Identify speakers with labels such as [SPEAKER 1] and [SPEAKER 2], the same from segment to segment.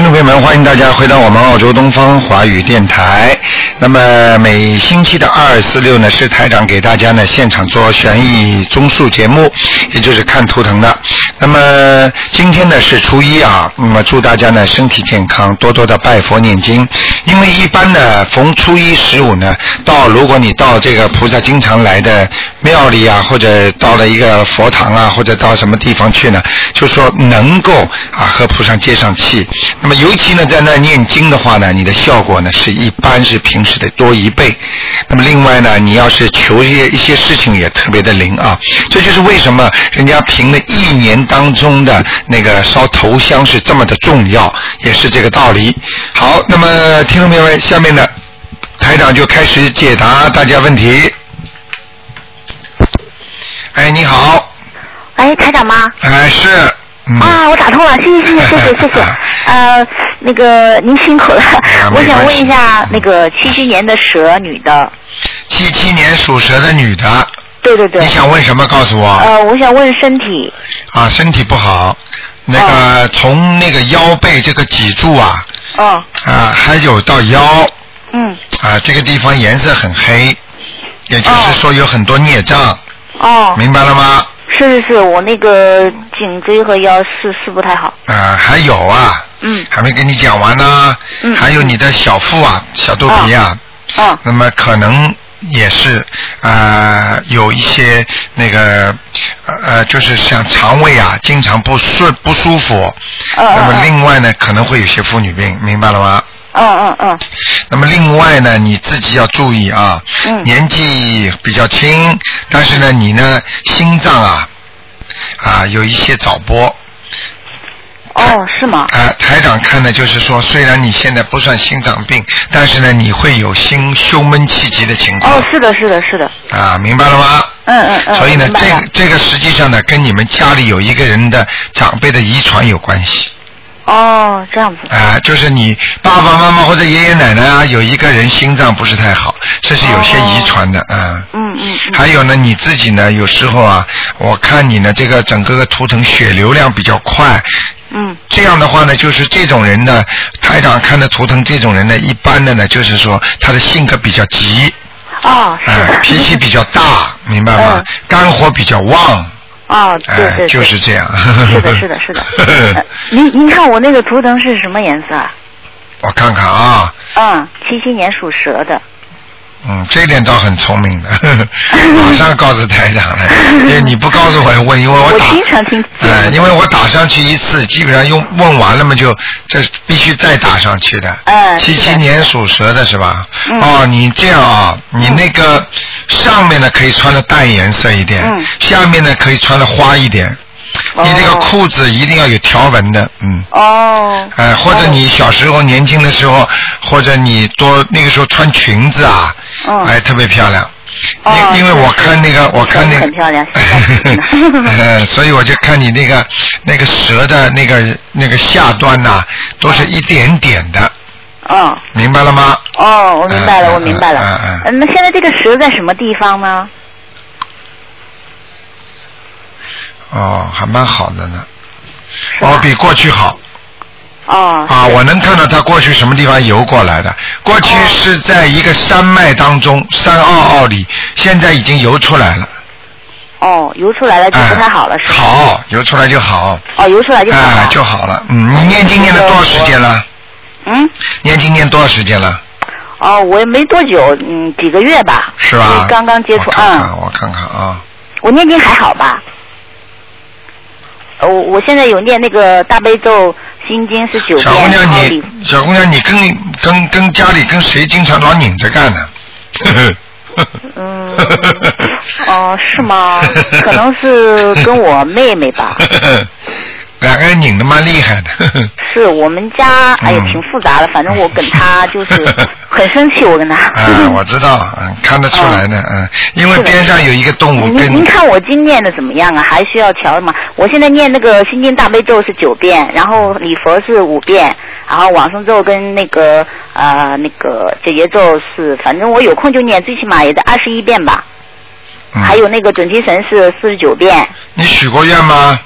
[SPEAKER 1] 众朋友们，欢迎大家回到我们澳洲东方华语电台。那么每星期的二、四、六呢，是台长给大家呢现场做悬疑综述节目，也就是看图腾的。那么今天呢是初一啊，那么祝大家呢身体健康，多多的拜佛念经。因为一般呢，逢初一十五呢，到如果你到这个菩萨经常来的庙里啊，或者到了一个佛堂啊，或者到什么地方去呢，就说能够啊和菩萨接上气。那么尤其呢，在那念经的话呢，你的效果呢是一般是平时的多一倍。那么另外呢，你要是求一些一些事情也特别的灵啊，这就是为什么人家评了一年当中的那个烧头香是这么的重要，也是这个道理。好，那么听众朋友们，下面呢，台长就开始解答大家问题。哎，你好，
[SPEAKER 2] 哎，台长吗？
[SPEAKER 1] 哎是，嗯，
[SPEAKER 2] 啊，我打通了，谢谢谢谢谢谢谢 谢。呃，那个您辛苦了，
[SPEAKER 1] 啊没
[SPEAKER 2] 我想
[SPEAKER 1] 关
[SPEAKER 2] 问
[SPEAKER 1] 系
[SPEAKER 2] 一下，那个七七年的蛇女的，
[SPEAKER 1] 七七年属蛇的女的，
[SPEAKER 2] 对对对
[SPEAKER 1] 你，想问什么？告诉我。
[SPEAKER 2] 呃，我想问身体，
[SPEAKER 1] 啊，身体不好，那个、从那个腰背这个脊柱啊
[SPEAKER 2] 哦，
[SPEAKER 1] 啊，还有到腰
[SPEAKER 2] 嗯，
[SPEAKER 1] 啊这个地方颜色很黑，也就是
[SPEAKER 2] 哦
[SPEAKER 1] 说有很多孽障，
[SPEAKER 2] 哦，
[SPEAKER 1] 明白了吗？
[SPEAKER 2] 是是是，我那个颈椎和腰是是不太好，
[SPEAKER 1] 啊，还有啊，
[SPEAKER 2] 嗯
[SPEAKER 1] 还没跟你讲完呢，
[SPEAKER 2] 嗯
[SPEAKER 1] 还有你的小腹啊、小肚皮啊，
[SPEAKER 2] 嗯
[SPEAKER 1] 那么可能也是啊、呃有一些那个呃呃，就是像肠胃啊经常不顺不舒服，
[SPEAKER 2] 嗯
[SPEAKER 1] 那么
[SPEAKER 2] 嗯
[SPEAKER 1] 另外呢可能会有些妇女病，明白了吗？
[SPEAKER 2] 嗯嗯嗯
[SPEAKER 1] 那么另外呢，你自己要注意啊，
[SPEAKER 2] 嗯
[SPEAKER 1] 年纪比较轻，但是呢，你呢心脏啊啊有一些早搏
[SPEAKER 2] 嗯，哦，是吗？
[SPEAKER 1] 啊、台长看的就是说，虽然你现在不算心脏病，但是呢，你会有心胸闷气急的情况
[SPEAKER 2] 哦，是的，是的，是的，
[SPEAKER 1] 啊，明白了吗？
[SPEAKER 2] 嗯嗯嗯，
[SPEAKER 1] 所以呢，
[SPEAKER 2] 明白
[SPEAKER 1] 这
[SPEAKER 2] 了
[SPEAKER 1] 个这个实际上呢，跟你们家里有一个人的长辈的遗传有关系
[SPEAKER 2] 哦，这样子，
[SPEAKER 1] 啊、就是你爸爸妈妈或者爷爷奶奶啊，有一个人心脏不是太好，这是有些遗传的啊。
[SPEAKER 2] 嗯嗯嗯，
[SPEAKER 1] 还有呢，你自己呢，有时候啊，我看你呢，这个整个个图腾血流量比较快，
[SPEAKER 2] 嗯
[SPEAKER 1] 这样的话呢，就是这种人呢，台长看的图腾，这种人呢，一般的呢，就是说他的性格比较急，
[SPEAKER 2] 哦，
[SPEAKER 1] 哎、
[SPEAKER 2] 是的，
[SPEAKER 1] 脾气比较 大，明白吗
[SPEAKER 2] 嗯？
[SPEAKER 1] 肝火比较旺，
[SPEAKER 2] 哦，
[SPEAKER 1] 哎、
[SPEAKER 2] 对对对，
[SPEAKER 1] 就是这样。
[SPEAKER 2] 是的，是的，是 的。呃您您看我那个图腾是什么颜色啊？
[SPEAKER 1] 我看看啊，
[SPEAKER 2] 嗯，七七年属蛇的。
[SPEAKER 1] 嗯，这点倒很聪 明的，马上告诉台长了。因为你不告诉我也问，因为
[SPEAKER 2] 我
[SPEAKER 1] 打，
[SPEAKER 2] 经常听
[SPEAKER 1] 哎、因为我打上去一次，基本上用问完了嘛，就这必须再打上去的。
[SPEAKER 2] 嗯
[SPEAKER 1] 七
[SPEAKER 2] 是
[SPEAKER 1] 七
[SPEAKER 2] 的
[SPEAKER 1] 年属蛇的是吧？
[SPEAKER 2] 嗯
[SPEAKER 1] 哦，你这样啊，你那个上面呢可以穿的淡颜色一点，
[SPEAKER 2] 嗯
[SPEAKER 1] 下面呢可以穿的花一点。你这个
[SPEAKER 2] 哦
[SPEAKER 1] 裤子一定要有条纹的，嗯。
[SPEAKER 2] 哦。
[SPEAKER 1] 哎，或者你小时候年轻的时候，或者你多那个时候穿裙子啊，
[SPEAKER 2] 嗯
[SPEAKER 1] 哎，特别漂亮。
[SPEAKER 2] 哦
[SPEAKER 1] 因因为我看那个，我看那个
[SPEAKER 2] 很 漂亮现在
[SPEAKER 1] 呃，所以我就看你那个那个蛇的那个那个下端呐、都是一点点的，
[SPEAKER 2] 哦
[SPEAKER 1] 明白了吗？
[SPEAKER 2] 哦，我明白
[SPEAKER 1] 嗯
[SPEAKER 2] 了，我明白了
[SPEAKER 1] 嗯嗯嗯。
[SPEAKER 2] 嗯那现在这个蛇在什么地方呢？
[SPEAKER 1] 哦，还蛮好的呢，
[SPEAKER 2] 是吧
[SPEAKER 1] 哦，比过去好
[SPEAKER 2] 哦
[SPEAKER 1] 啊！我能看到它过去什么地方游过来的，过去
[SPEAKER 2] 哦
[SPEAKER 1] 是在一个山脉当中，山坳坳里，现在已经游出来了。
[SPEAKER 2] 哦，游出来了就不太好了，
[SPEAKER 1] 哎
[SPEAKER 2] 是吧？
[SPEAKER 1] 好，游出来就好，
[SPEAKER 2] 哦，游出来就好
[SPEAKER 1] 哎
[SPEAKER 2] 了。
[SPEAKER 1] 就好了。嗯，你念经念了多少时间了？哎
[SPEAKER 2] 嗯，
[SPEAKER 1] 念经念多少时间了？
[SPEAKER 2] 哦，我也没多久，嗯，几个月吧。
[SPEAKER 1] 是吧？
[SPEAKER 2] 刚刚接触，
[SPEAKER 1] 啊我看
[SPEAKER 2] 嗯，
[SPEAKER 1] 看，我看看啊。
[SPEAKER 2] 我念经还好吧？呃我我现在有念那个大悲咒、心经是九遍，
[SPEAKER 1] 小姑娘
[SPEAKER 2] 然后礼
[SPEAKER 1] 你，小姑娘你跟跟跟家里跟谁经常老拧着干呢？
[SPEAKER 2] 嗯， 哦，是吗？可能是跟我妹 妹吧。
[SPEAKER 1] 两个人拧的蛮厉害的。
[SPEAKER 2] 是我们家，哎呀
[SPEAKER 1] 嗯，
[SPEAKER 2] 挺复杂的。反正我跟她就是很生气，我跟她。
[SPEAKER 1] 啊，我知道，嗯，看得出来的，嗯，因为
[SPEAKER 2] 是的
[SPEAKER 1] 边上有一个动物
[SPEAKER 2] 您
[SPEAKER 1] 跟
[SPEAKER 2] 哦您看我经念的怎么样啊？还需要调吗？我现在念那个心经大悲咒是九遍，然后礼佛是五遍，然后往生咒跟那个呃那个解结咒是，反正我有空就念，最起码也得二十一遍吧。
[SPEAKER 1] 嗯
[SPEAKER 2] 还有那个准提神是四十九遍，
[SPEAKER 1] 你许过愿吗？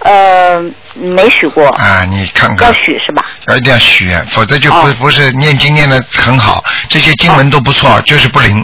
[SPEAKER 2] 呃，没许过，
[SPEAKER 1] 啊，你看
[SPEAKER 2] 要
[SPEAKER 1] 看，
[SPEAKER 2] 许是吧？
[SPEAKER 1] 要一定要许愿，否则就不、
[SPEAKER 2] 哦
[SPEAKER 1] 不是念经念的很好，这些经文都不错，就是不灵。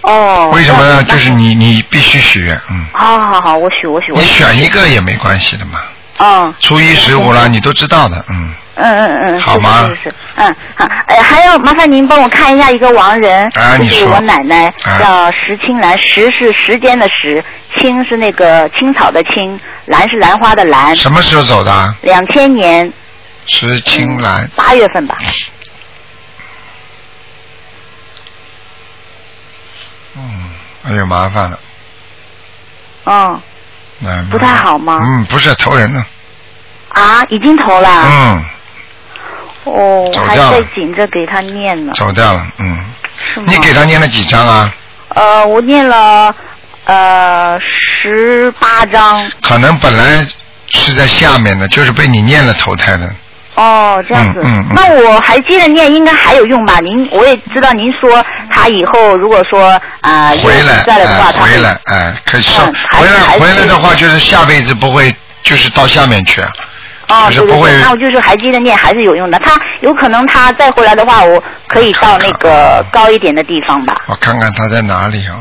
[SPEAKER 2] 哦，
[SPEAKER 1] 为什么
[SPEAKER 2] 那
[SPEAKER 1] 呢？就是。你你必须许愿，嗯，
[SPEAKER 2] 那好好好，我许我许我
[SPEAKER 1] 你
[SPEAKER 2] 许。
[SPEAKER 1] 选一个也没关系的嘛。
[SPEAKER 2] 嗯
[SPEAKER 1] 初一十五啦，你都知道的，嗯。
[SPEAKER 2] 嗯嗯嗯，是
[SPEAKER 1] 好吗
[SPEAKER 2] 是是是，嗯好，哎，还要麻烦您帮我看一下一个亡人，
[SPEAKER 1] 啊你
[SPEAKER 2] 就是
[SPEAKER 1] 说
[SPEAKER 2] 我奶奶
[SPEAKER 1] 啊
[SPEAKER 2] 叫石青兰，石是时间的石，青是那个青草的青，兰是兰花的兰，
[SPEAKER 1] 什么时候走的啊？
[SPEAKER 2] 两千年
[SPEAKER 1] 石青兰，
[SPEAKER 2] 八月份吧，
[SPEAKER 1] 嗯，哎呦麻烦了，
[SPEAKER 2] 嗯
[SPEAKER 1] 那
[SPEAKER 2] 不啊太好吗
[SPEAKER 1] 嗯，不是投人了，
[SPEAKER 2] 啊，已经投了，
[SPEAKER 1] 嗯，
[SPEAKER 2] 哦，
[SPEAKER 1] 走
[SPEAKER 2] 我还
[SPEAKER 1] 掉嗯了
[SPEAKER 2] 在紧着给他念呢，
[SPEAKER 1] 走掉了，嗯。
[SPEAKER 2] 是吗？
[SPEAKER 1] 你给他念了几张啊？
[SPEAKER 2] 呃，我念了呃十八章，
[SPEAKER 1] 可能本来是在下面的，就是被你念了投胎的。
[SPEAKER 2] 哦，这样子，
[SPEAKER 1] 嗯嗯嗯
[SPEAKER 2] 那我还接着念，应该还有用吧？您，我也知道您说他以后如果说啊、呃、
[SPEAKER 1] 回来，
[SPEAKER 2] 在了的话，
[SPEAKER 1] 哎，
[SPEAKER 2] 他会
[SPEAKER 1] 回来，哎，可惜
[SPEAKER 2] 嗯还
[SPEAKER 1] 回
[SPEAKER 2] 是还
[SPEAKER 1] 来
[SPEAKER 2] 是
[SPEAKER 1] 回来的话，就是下辈子不会，就是到下面去啊，
[SPEAKER 2] 哦，
[SPEAKER 1] 就是
[SPEAKER 2] 对对
[SPEAKER 1] 不会
[SPEAKER 2] 对，那我就是还接着念，还是有用的。他有可能他再回来的话，我可以到那
[SPEAKER 1] 嗯
[SPEAKER 2] 个高一点的地方吧？
[SPEAKER 1] 我看看他在哪里哦。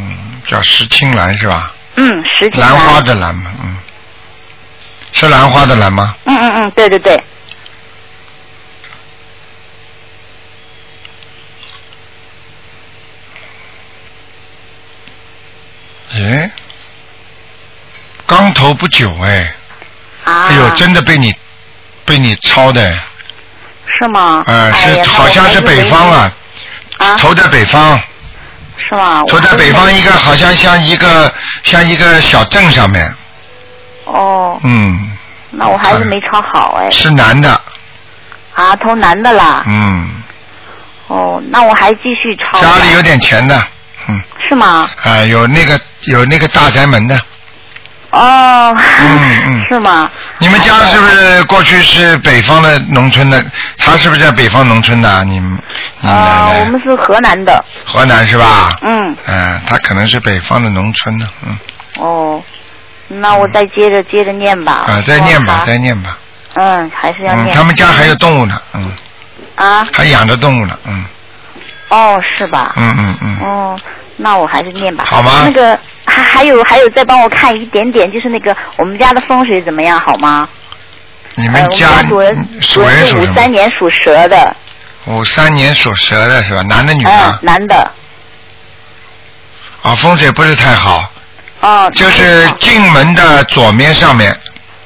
[SPEAKER 1] 嗯，叫石青兰是吧？
[SPEAKER 2] 嗯，十几
[SPEAKER 1] 兰花的兰嘛，嗯，是兰花的兰吗？
[SPEAKER 2] 嗯嗯嗯，对对对，
[SPEAKER 1] 诶，哎刚投不久哎，
[SPEAKER 2] 啊，
[SPEAKER 1] 哎呦，真的被你被你抄的，哎
[SPEAKER 2] 是吗？
[SPEAKER 1] 呃，
[SPEAKER 2] 哎
[SPEAKER 1] 是
[SPEAKER 2] 呀
[SPEAKER 1] 好像是北方，啊，
[SPEAKER 2] 那我还是没啊，
[SPEAKER 1] 投在北方，
[SPEAKER 2] 是吗？我
[SPEAKER 1] 投在北方一个好像像一个像一个小镇上面，
[SPEAKER 2] 哦，
[SPEAKER 1] 嗯，
[SPEAKER 2] 那我还是没抄好哎，
[SPEAKER 1] 是男的，
[SPEAKER 2] 啊，投男的啦，
[SPEAKER 1] 嗯，
[SPEAKER 2] 哦，那我还继续抄吧，
[SPEAKER 1] 家里有点钱的，嗯，
[SPEAKER 2] 是吗？
[SPEAKER 1] 啊、有那个有那个大宅门的，
[SPEAKER 2] 哦，
[SPEAKER 1] 嗯嗯
[SPEAKER 2] 是吗？
[SPEAKER 1] 你们家是不是过去是北方的农村的？他是不是在北方农村的啊？你们你
[SPEAKER 2] 啊、
[SPEAKER 1] 奶奶
[SPEAKER 2] 我们是河南的，
[SPEAKER 1] 河南是吧？
[SPEAKER 2] 嗯，
[SPEAKER 1] 嗯，他可能是北方的农村的，嗯，
[SPEAKER 2] 哦，那我再接着接着念吧。
[SPEAKER 1] 啊，再念吧，
[SPEAKER 2] 哦
[SPEAKER 1] 再念吧，
[SPEAKER 2] 好嗯，还是要
[SPEAKER 1] 嗯，
[SPEAKER 2] 念。
[SPEAKER 1] 他们家还有动物呢，嗯，
[SPEAKER 2] 啊，
[SPEAKER 1] 还养着动物呢，嗯，
[SPEAKER 2] 哦，是吧？
[SPEAKER 1] 嗯嗯嗯，
[SPEAKER 2] 哦，那我还是念吧。
[SPEAKER 1] 好吗
[SPEAKER 2] 那个还还有还有，再帮我看一点点，就是那个我们家的风水怎么样，好吗？
[SPEAKER 1] 你
[SPEAKER 2] 呃
[SPEAKER 1] 们
[SPEAKER 2] 我们
[SPEAKER 1] 家
[SPEAKER 2] 家主人
[SPEAKER 1] 属人
[SPEAKER 2] 是
[SPEAKER 1] 属
[SPEAKER 2] 五
[SPEAKER 1] 什
[SPEAKER 2] 三
[SPEAKER 1] 么？
[SPEAKER 2] 年属蛇的，
[SPEAKER 1] 五三年属蛇的是吧？男的女
[SPEAKER 2] 嗯，
[SPEAKER 1] 的？
[SPEAKER 2] 男的，
[SPEAKER 1] 啊，风水不是太好，
[SPEAKER 2] 哦，
[SPEAKER 1] 就是进门的左面上面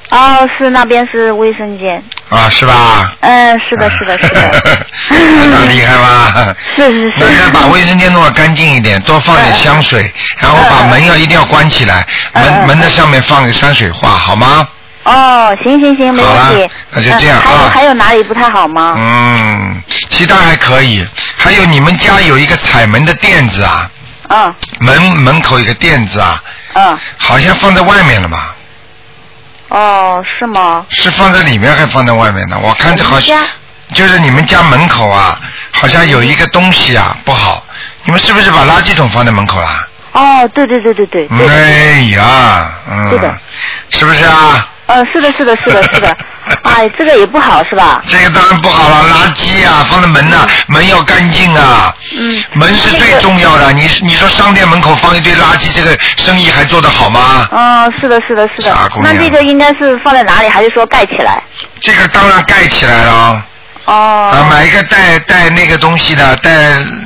[SPEAKER 2] 哦，是那边是卫生间，
[SPEAKER 1] 啊，是吧？
[SPEAKER 2] 嗯，是的，是的，是的，
[SPEAKER 1] 那厉害吧？
[SPEAKER 2] 嗯 是是嗯
[SPEAKER 1] 那
[SPEAKER 2] 是
[SPEAKER 1] 那。把卫生间弄得干净一点，多放点香水，然后把门要一定要关起来，
[SPEAKER 2] 嗯嗯
[SPEAKER 1] 门
[SPEAKER 2] 嗯
[SPEAKER 1] 门的上面放个山水画，好吗？
[SPEAKER 2] 哦，行行行，没
[SPEAKER 1] 好
[SPEAKER 2] 问
[SPEAKER 1] 了
[SPEAKER 2] 题。
[SPEAKER 1] 那就这样
[SPEAKER 2] 嗯还有、
[SPEAKER 1] 啊
[SPEAKER 2] 还有哪里不太好吗？
[SPEAKER 1] 嗯，其他还可以。还有你们家有一个彩门的垫子啊，
[SPEAKER 2] 嗯
[SPEAKER 1] 门门口有个垫子啊，
[SPEAKER 2] 嗯，
[SPEAKER 1] 好像放在外面了吧？
[SPEAKER 2] 哦，是吗？
[SPEAKER 1] 是放在里面还放在外面呢？我看这好
[SPEAKER 2] 我们
[SPEAKER 1] 像
[SPEAKER 2] 家
[SPEAKER 1] 就是你们家门口啊，好像有一个东西啊不好，你们是不是把垃圾桶放在门口啦？
[SPEAKER 2] 哦，对对对对对对。
[SPEAKER 1] 哎呀，嗯，
[SPEAKER 2] 是的
[SPEAKER 1] 是不是啊？
[SPEAKER 2] 呃，是的，是的， 是的，是的。哎，这个也不好是吧？
[SPEAKER 1] 这个当然不好了，垃圾啊，放在门呐、门要干净啊。
[SPEAKER 2] 嗯
[SPEAKER 1] 门是最重要的，你你说商店门口放一堆垃圾，这个生意还做得好吗？
[SPEAKER 2] 嗯，是的，是的，是的
[SPEAKER 1] 傻姑。
[SPEAKER 2] 那
[SPEAKER 1] 娘
[SPEAKER 2] 这个应该是放在哪里？还是说盖起来？
[SPEAKER 1] 这个当然盖起来了哦。啊，
[SPEAKER 2] 哦。
[SPEAKER 1] 买一个带带那个东西的，带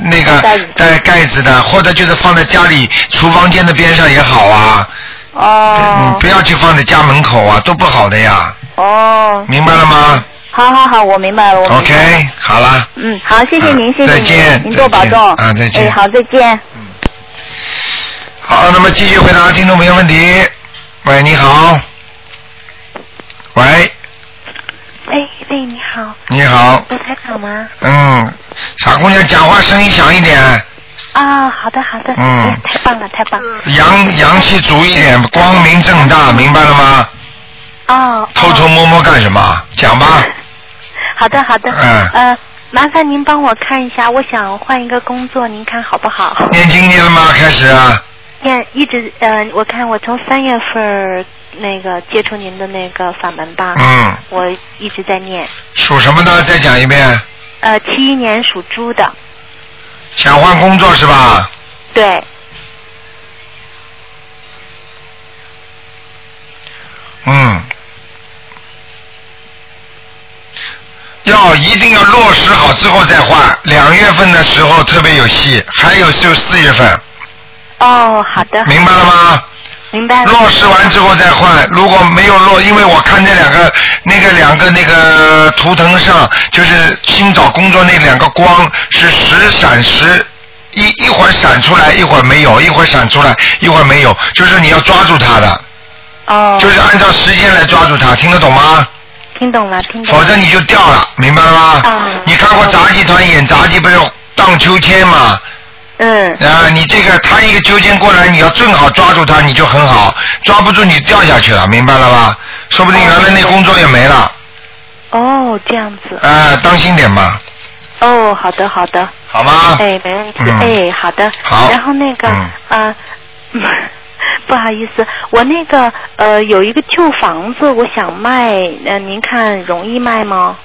[SPEAKER 1] 那个
[SPEAKER 2] 盖子
[SPEAKER 1] 带盖子的，或者就是放在家里厨房间的边上也好啊。你
[SPEAKER 2] 哦
[SPEAKER 1] 不。要去放在家门口啊，都不好的呀，
[SPEAKER 2] 哦。
[SPEAKER 1] 明白了吗
[SPEAKER 2] 好好好，我明白了，我明白了。
[SPEAKER 1] ？OK，好了。
[SPEAKER 2] 嗯，好，谢谢您，
[SPEAKER 1] 啊
[SPEAKER 2] 谢谢
[SPEAKER 1] 再
[SPEAKER 2] 您，
[SPEAKER 1] 见
[SPEAKER 2] 您多保
[SPEAKER 1] 再见
[SPEAKER 2] 重。
[SPEAKER 1] 啊再见
[SPEAKER 2] 哎，好，再见。
[SPEAKER 1] 好，那么继续回答听众朋友问题。喂，你好。喂，
[SPEAKER 3] 喂哎喂，你好，
[SPEAKER 1] 你好。
[SPEAKER 3] 卢台长吗？
[SPEAKER 1] 嗯，傻姑娘，讲话声音响一点，
[SPEAKER 3] 啊、好的好的，
[SPEAKER 1] 嗯
[SPEAKER 3] 哎太棒了太棒了，
[SPEAKER 1] 阳阳气足一点，光明正大，明白了吗？
[SPEAKER 3] 哦，
[SPEAKER 1] 偷偷
[SPEAKER 3] 哦
[SPEAKER 1] 摸摸干什么？讲吧。
[SPEAKER 3] 好的好的，
[SPEAKER 1] 嗯
[SPEAKER 3] 呃，麻烦您帮我看一下，我想换一个工作，您看好不好？
[SPEAKER 1] 念经念了吗？开始啊。
[SPEAKER 3] 念一直呃，我看我从三月份儿那个接触您的那个法门吧，
[SPEAKER 1] 嗯，
[SPEAKER 3] 我一直在念。
[SPEAKER 1] 属什么的？再讲一遍。
[SPEAKER 3] 呃，七一年属猪的，
[SPEAKER 1] 想换工作是吧？
[SPEAKER 3] 对，
[SPEAKER 1] 嗯。要一定要落实好之后再换，两月份的时候特别有戏，还有就四月份，
[SPEAKER 3] 哦，好的，
[SPEAKER 1] 明白了吗？
[SPEAKER 3] 明白了。
[SPEAKER 1] 落实完之后再换，如果没有落，因为我看这两个那个两个那个图腾上，就是新找工作那两个光是时闪时。一一会儿闪出来，一会儿没有，一会儿闪出来，一会儿没有，就是你要抓住它的，
[SPEAKER 3] 哦，
[SPEAKER 1] 就是按照时间来抓住它，听得懂吗？
[SPEAKER 3] 听懂了，听懂
[SPEAKER 1] 否
[SPEAKER 3] 了。
[SPEAKER 1] 则你就掉了，明白了吗？
[SPEAKER 3] 嗯
[SPEAKER 1] 你看过杂技团演杂技不是荡秋千吗？
[SPEAKER 3] 嗯，
[SPEAKER 1] 啊，你这个他一个秋千过来，你要正好抓住他，你就很好；抓不住你掉下去了，明白了吧？说不定原来那工作也没了。
[SPEAKER 3] 哦，这样子。
[SPEAKER 1] 啊，当心点嘛，
[SPEAKER 3] 哦，好的，好的。
[SPEAKER 1] 好吗？
[SPEAKER 3] 哎，没问题。
[SPEAKER 1] 嗯
[SPEAKER 3] 哎，好的。
[SPEAKER 1] 好
[SPEAKER 3] 然后那个
[SPEAKER 1] 嗯，
[SPEAKER 3] 呃， 不好意思，我那个呃有一个旧房子，我想卖，呃，您看容易卖吗？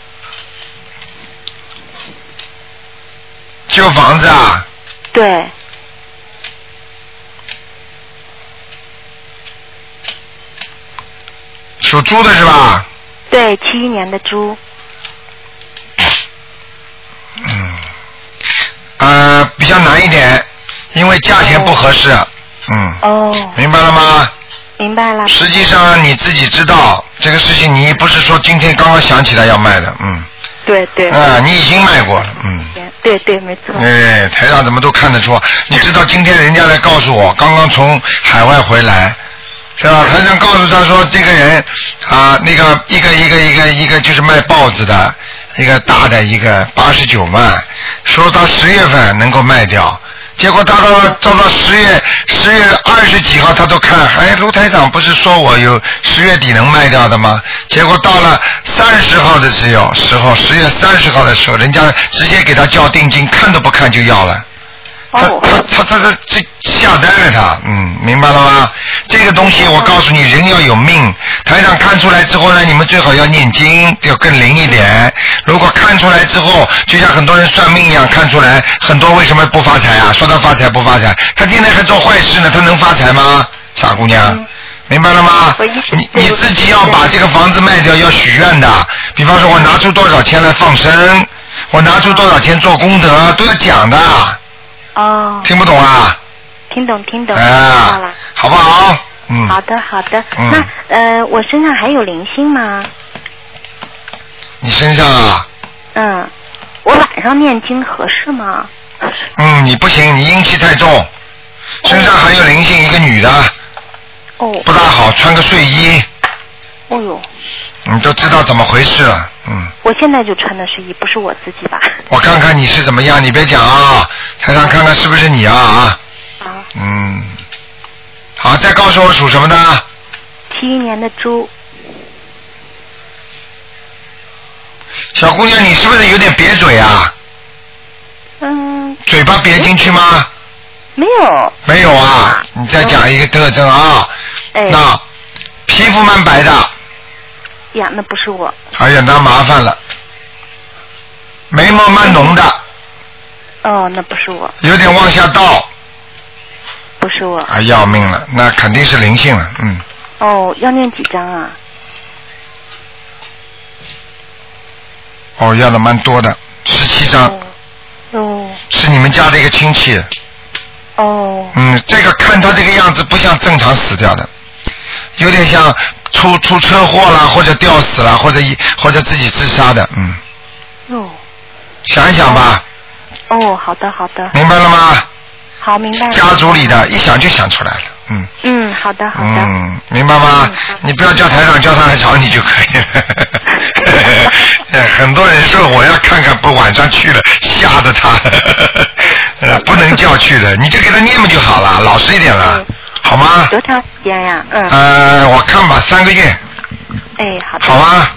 [SPEAKER 1] 旧房子啊，
[SPEAKER 3] 对，
[SPEAKER 1] 属猪的是吧？
[SPEAKER 3] 对，七一年的猪。
[SPEAKER 1] 嗯。呃，比较难一点，因为价钱不合适。嗯。
[SPEAKER 3] 哦，
[SPEAKER 1] 明白了吗？
[SPEAKER 3] 明白了。
[SPEAKER 1] 实际上你自己知道这个事情，你不是说今天刚刚想起来要卖的，嗯，
[SPEAKER 3] 对对。
[SPEAKER 1] 啊，你已经卖过了，嗯。
[SPEAKER 3] 对对，没错。
[SPEAKER 1] 哎，台上怎么都看得出？你知道今天人家来告诉我，刚刚从海外回来，是吧？台上告诉他说，这个人啊，那个一个一个一个一个就是卖报纸的，一个大的一个八十九万，说他十月份能够卖掉。结果他到到到十月十月二十几号，他都看，哎，卢台长不是说我有十月底能卖掉的吗？结果到了三十号的时候，时候十月三十号的时候，人家直接给他叫定金，看都不看就要了。他
[SPEAKER 3] 哦，
[SPEAKER 1] 他他他他这下单了他，嗯，明白了吗？这个东西我告诉你，人要有命。台长看出来之后呢，你们最好要念经，要更灵一点。如果看出来之后，就像很多人算命一样，看出来很多为什么不发财啊？说他发财不发财？他天天还做坏事呢，他能发财吗？傻姑娘。
[SPEAKER 3] 嗯
[SPEAKER 1] 明白了吗
[SPEAKER 3] 我一直？
[SPEAKER 1] 你
[SPEAKER 3] 对
[SPEAKER 1] 你
[SPEAKER 3] 我
[SPEAKER 1] 自己要把这个房子卖掉，要许愿的。比方说，我拿出多少钱来放生，我拿出多少钱做功德，都要讲的。
[SPEAKER 3] 哦，
[SPEAKER 1] 听不懂啊？
[SPEAKER 3] 听懂听懂，知道
[SPEAKER 1] 啊
[SPEAKER 3] 了。，
[SPEAKER 1] 好不好？嗯，
[SPEAKER 3] 好的好的，
[SPEAKER 1] 嗯
[SPEAKER 3] 那呃，我身上还有灵性吗？
[SPEAKER 1] 你身上啊，
[SPEAKER 3] 嗯，我晚上念经合适吗？
[SPEAKER 1] 嗯，你不行，你阴气太重，身上还有灵性，一个女的，
[SPEAKER 3] 哦，
[SPEAKER 1] 不大好，穿个睡衣，
[SPEAKER 3] 哦呦，
[SPEAKER 1] 你都知道怎么回事了，嗯，
[SPEAKER 3] 我现在就穿的睡衣，不是我自己吧？
[SPEAKER 1] 我看看你是怎么样，你别讲啊，台上看看是不是你啊啊，
[SPEAKER 3] 啊，
[SPEAKER 1] 嗯，好，再告诉我属什么的，
[SPEAKER 3] 七一年的猪，
[SPEAKER 1] 小姑娘，你是不是有点瘪嘴啊？
[SPEAKER 3] 嗯，
[SPEAKER 1] 嘴巴瘪进去吗？
[SPEAKER 3] 没有，
[SPEAKER 1] 没有啊，你再讲一个特征啊，
[SPEAKER 3] 哎，
[SPEAKER 1] 那皮肤蛮白的，
[SPEAKER 3] 呀，那不是我，
[SPEAKER 1] 哎呀，那麻烦了，眉毛蛮浓的，
[SPEAKER 3] 哦，那不是我，
[SPEAKER 1] 有点往下倒，
[SPEAKER 3] 不是我，
[SPEAKER 1] 啊，要命了，那肯定是灵性了，嗯，
[SPEAKER 3] 哦，要念几张啊？
[SPEAKER 1] 哦，要的蛮多的，十七张，
[SPEAKER 3] 哦，哦，
[SPEAKER 1] 是你们家的一个亲戚，
[SPEAKER 3] 哦，
[SPEAKER 1] 嗯，这个看他这个样子不像正常死掉的，有点像出出车祸啦，或者吊死啦，或者一或者自己自杀的，嗯，
[SPEAKER 3] 哦，
[SPEAKER 1] 想一想吧，
[SPEAKER 3] 哦，好的，好的，
[SPEAKER 1] 明白了吗？
[SPEAKER 3] 好，明白了。
[SPEAKER 1] 嗯家族里的，一想就想出来了，嗯。
[SPEAKER 3] 嗯，好的，好的。
[SPEAKER 1] 嗯，明白吗
[SPEAKER 3] 嗯好？
[SPEAKER 1] 你不要叫台长，叫他来找你就可以了。呃 很多人说我要看看，不晚上去了，吓得 他，呃，不能叫去了，你就给他念嘛就好了，老实一点了，好吗？
[SPEAKER 3] 嗯多长时间呀？嗯，
[SPEAKER 1] 呃，我看吧，三个月，
[SPEAKER 3] 哎，好的，
[SPEAKER 1] 好吗？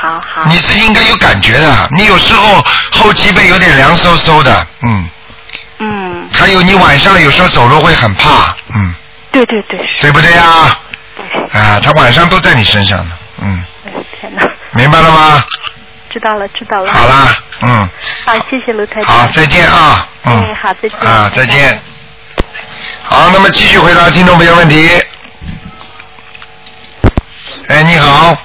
[SPEAKER 3] 好好，
[SPEAKER 1] 你是应该有感觉的，你有时候后脊背有点凉飕飕的，嗯，
[SPEAKER 3] 嗯，
[SPEAKER 1] 还有你晚上有时候走路会很怕，嗯，
[SPEAKER 3] 对对对，是。
[SPEAKER 1] 对不对呀、啊？
[SPEAKER 3] 对，
[SPEAKER 1] 他晚上都在你身上呢，嗯，
[SPEAKER 3] 哎天哪，
[SPEAKER 1] 明白了吗？
[SPEAKER 3] 知道了知道了。
[SPEAKER 1] 好啦，嗯，
[SPEAKER 3] 好，谢谢卢台长。
[SPEAKER 1] 好，再见啊，嗯
[SPEAKER 3] 哎，好再见
[SPEAKER 1] 啊，再
[SPEAKER 3] 拜
[SPEAKER 1] 见
[SPEAKER 3] 拜。
[SPEAKER 1] 好，那么继续回答听众朋友问题。哎，你好，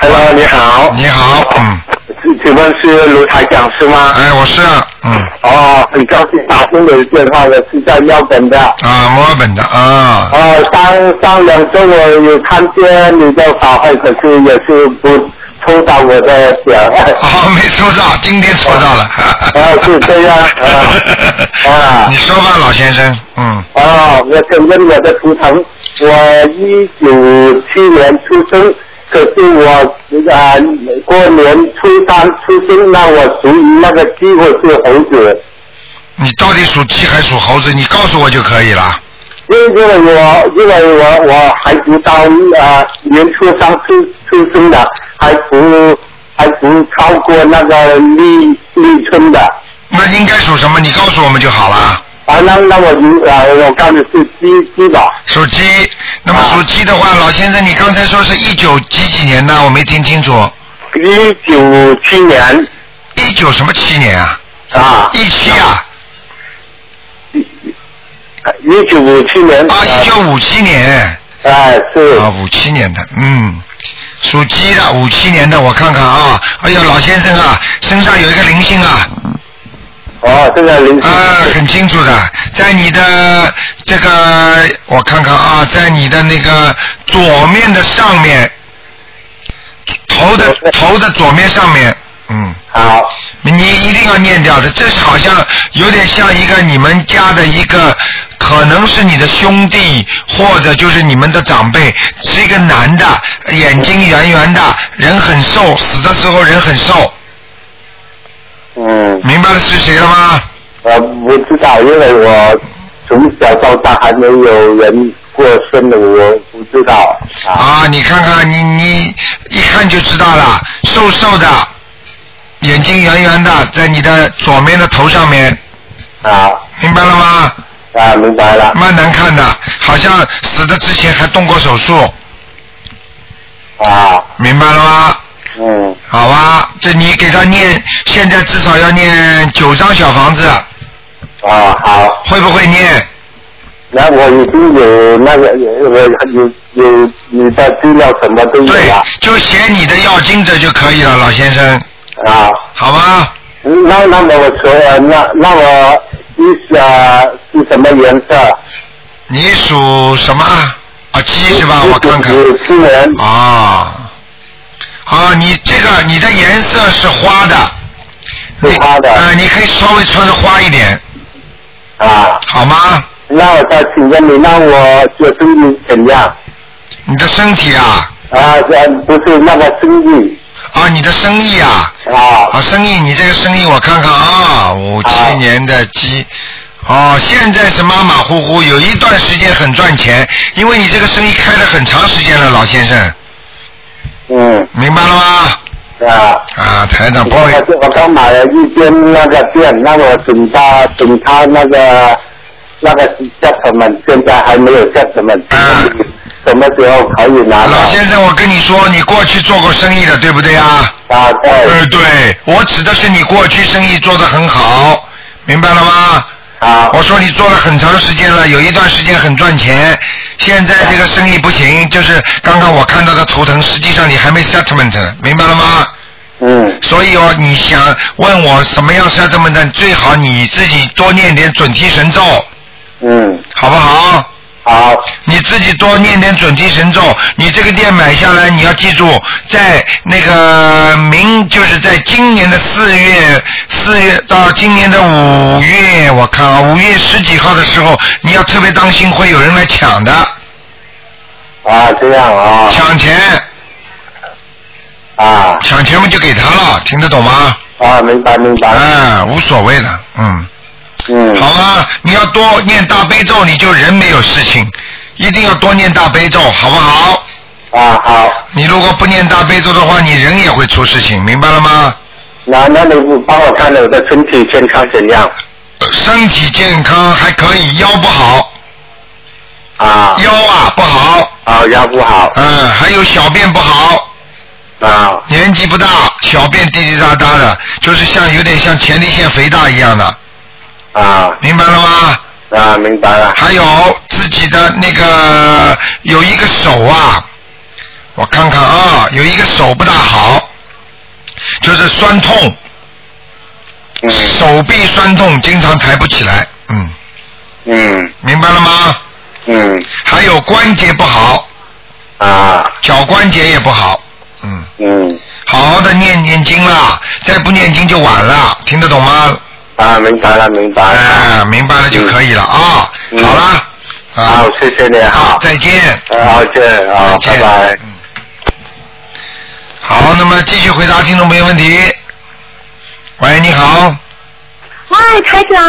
[SPEAKER 4] Hello，你好，
[SPEAKER 1] 你好，嗯，
[SPEAKER 4] 请请问是卢台讲师吗？
[SPEAKER 1] 哎，我是，嗯，
[SPEAKER 4] 哦，很高兴打通你的电话，我是在melbourne 的。
[SPEAKER 1] 啊，墨尔本的啊，
[SPEAKER 4] 哦，上上两周我有看见你的法会，可是也是不抽到我的奖。
[SPEAKER 1] 哦， 没抽到，今天抽到了。
[SPEAKER 4] 哦是这样啊啊
[SPEAKER 1] 你 说吧，老先生，嗯，
[SPEAKER 4] 哦，我承认我的图腾，我一九七年出生，可是我啊、过年初三出生，那我属于那个机会是猴子。
[SPEAKER 1] 你到底属鸡还属猴子？你告诉我就可以了。
[SPEAKER 4] 因为我因为我我还不到呃年初三出出生的，还不还不超过那个立立春的，
[SPEAKER 1] 那应该属什么？你告诉我们就好了。
[SPEAKER 4] 啊那那我就呃我告诉你是鸡鸡吧，
[SPEAKER 1] 属鸡，那么
[SPEAKER 4] 啊
[SPEAKER 1] 属鸡的话，老先生，你刚才说是一九几几年呢？我没听清楚。
[SPEAKER 4] 一九七年
[SPEAKER 1] 一九什么七年啊？
[SPEAKER 4] 啊
[SPEAKER 1] 一七啊？
[SPEAKER 4] 一九五七年
[SPEAKER 1] 啊，一九五七年。
[SPEAKER 4] 哎是
[SPEAKER 1] 啊，五七年的，嗯，属鸡的，五七年的，我看看啊，哎呦，老先生啊，身上有一个灵性啊，
[SPEAKER 4] 哦这个零
[SPEAKER 1] 啊，很清楚的，在你的这个，我看看啊，在你的那个左面的上面，头的头的左面上面，嗯，
[SPEAKER 4] 好
[SPEAKER 1] 你一定要念掉的，这是好像有点像一个你们家的一个，可能是你的兄弟或者就是你们的长辈，是一个男的，眼睛圆圆的，人很瘦，死的时候人很瘦，
[SPEAKER 4] 嗯
[SPEAKER 1] 明白了是谁了吗？
[SPEAKER 4] 我呃不知道，因为我从小到大还没有人过生的，我不知道啊
[SPEAKER 1] 啊，你看看你你一看就知道了，瘦瘦的，眼睛圆圆的，在你的左面的头上面，
[SPEAKER 4] 啊
[SPEAKER 1] 明白了吗？
[SPEAKER 4] 啊，明白了
[SPEAKER 1] 蛮难看的，好像死的之前还动过手术，
[SPEAKER 4] 啊，
[SPEAKER 1] 明白了吗？
[SPEAKER 4] 嗯，
[SPEAKER 1] 好吧，这你给他念，现在至少要念九张小房子，
[SPEAKER 4] 啊好，
[SPEAKER 1] 会不会念？
[SPEAKER 4] 那我已经有那个我有有你的资料什么都有
[SPEAKER 1] 对
[SPEAKER 4] 了，
[SPEAKER 1] 就写你的要经者就可以了，老先生，
[SPEAKER 4] 啊，嗯
[SPEAKER 1] 好吗？
[SPEAKER 4] 那那么我说呃那那我是啊是什么颜色？
[SPEAKER 1] 你属什么？啊，鸡是吧？我看看。
[SPEAKER 4] 有七年
[SPEAKER 1] 啊，啊，你这个你的颜色是花的，
[SPEAKER 4] 是
[SPEAKER 1] 你
[SPEAKER 4] 花的
[SPEAKER 1] 呃，你可以稍微穿的花一点，
[SPEAKER 4] 啊，
[SPEAKER 1] 好吗？
[SPEAKER 4] 那我再请问你，那我这生意怎样？
[SPEAKER 1] 你的身体啊，
[SPEAKER 4] 啊，呃，不是那个生意
[SPEAKER 1] 啊，你的生意啊，
[SPEAKER 4] 啊
[SPEAKER 1] 啊，生意，你这个生意我看看啊，五
[SPEAKER 4] 啊
[SPEAKER 1] 七年的鸡。哦，现在是马马虎虎，有一段时间很赚钱，因为你这个生意开了很长时间了，老先生，
[SPEAKER 4] 嗯
[SPEAKER 1] 明白了吗？
[SPEAKER 4] 啊。
[SPEAKER 1] 啊，台长不会，
[SPEAKER 4] 我我刚买了一间那个店，那我等他等他那个那个 settlement，现在还没有 settlement，、
[SPEAKER 1] 啊
[SPEAKER 4] 什么时候可以拿到？
[SPEAKER 1] 老先生，我跟你说，你过去做过生意的，对不对啊？
[SPEAKER 4] 啊，对，
[SPEAKER 1] 呃，对，我指的是你过去生意做得很好，明白了吗？
[SPEAKER 4] 啊
[SPEAKER 1] 我说你做了很长时间了，有一段时间很赚钱，现在这个生意不行，就是刚刚我看到的图腾，实际上你还没 settlement，呢明白了吗？
[SPEAKER 4] 嗯
[SPEAKER 1] 所以哦，你想问我什么样 settlement，最好你自己多念点准提神咒，
[SPEAKER 4] 嗯，
[SPEAKER 1] 好不好？
[SPEAKER 4] 好
[SPEAKER 1] 你自己多念点准提神咒，你这个店买下来，你要记住，在那个明，就是在今年的四月，四月到今年的五月，我看啊，五月十几号的时候，你要特别当心，会有人来抢的，
[SPEAKER 4] 啊，这样啊
[SPEAKER 1] 抢钱，
[SPEAKER 4] 啊
[SPEAKER 1] 抢钱嘛就给他了，听得懂吗？
[SPEAKER 4] 啊，明白明白，
[SPEAKER 1] 哎，无所谓的，嗯，
[SPEAKER 4] 嗯，
[SPEAKER 1] 好吗？你要多念大悲咒，你就人没有事情，一定要多念大悲咒，好不好？
[SPEAKER 4] 啊好，
[SPEAKER 1] 你如果不念大悲咒的话，你人也会出事情，明白了吗？
[SPEAKER 4] 那那你帮我看我的身体健康怎样？
[SPEAKER 1] 呃身体健康还可以，腰不好，
[SPEAKER 4] 啊
[SPEAKER 1] 腰啊不好，
[SPEAKER 4] 啊腰不好
[SPEAKER 1] 嗯，还有小便不好，
[SPEAKER 4] 啊
[SPEAKER 1] 年纪不大，小便滴滴答答的，就是像有点像前列腺肥大一样的，
[SPEAKER 4] 啊
[SPEAKER 1] 明白了吗？
[SPEAKER 4] 啊，明白了
[SPEAKER 1] 还有自己的那个有一个手啊，我看看啊，有一个手不大好，就是酸痛，
[SPEAKER 4] 嗯
[SPEAKER 1] 手臂酸痛，经常抬不起来，嗯，
[SPEAKER 4] 嗯
[SPEAKER 1] 明白了吗？
[SPEAKER 4] 嗯
[SPEAKER 1] 还有关节不好，
[SPEAKER 4] 啊
[SPEAKER 1] 脚关节也不好，嗯，
[SPEAKER 4] 嗯
[SPEAKER 1] 好好的念念经啦，再不念经就晚了，听得懂吗？
[SPEAKER 4] 啊，明白了明白
[SPEAKER 1] 哎、
[SPEAKER 4] 了，
[SPEAKER 1] 明白了就可以了啊，
[SPEAKER 4] 嗯
[SPEAKER 1] 好啦，啊
[SPEAKER 4] 好，，谢谢你
[SPEAKER 1] 好
[SPEAKER 4] 好，，
[SPEAKER 1] 再见。
[SPEAKER 4] 呃好，见啊，
[SPEAKER 1] 再
[SPEAKER 4] 拜
[SPEAKER 1] 见
[SPEAKER 4] 拜。
[SPEAKER 1] 嗯好，那么继续回答听众朋友问题。喂，你好。
[SPEAKER 5] 哎，台长。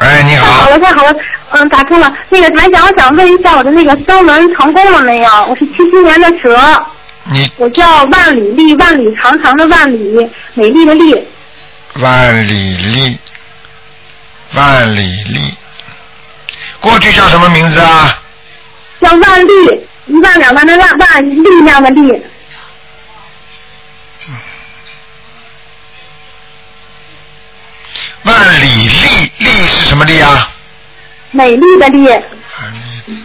[SPEAKER 1] 哎，你
[SPEAKER 5] 太
[SPEAKER 1] 好
[SPEAKER 5] 好。了，太好了，嗯，打通了。那个台长，我想问一下我的那个三轮成功了没有？我是七七年的蛇，
[SPEAKER 1] 你
[SPEAKER 5] 我叫万里丽，万里长长的万里，美丽的丽。
[SPEAKER 1] 万里丽，万里丽，过去叫什么名字啊？
[SPEAKER 5] 叫万历，一万两万的万万力量的力。
[SPEAKER 1] 万里丽，丽是什么丽啊？
[SPEAKER 5] 美丽的丽，
[SPEAKER 1] 万里丽。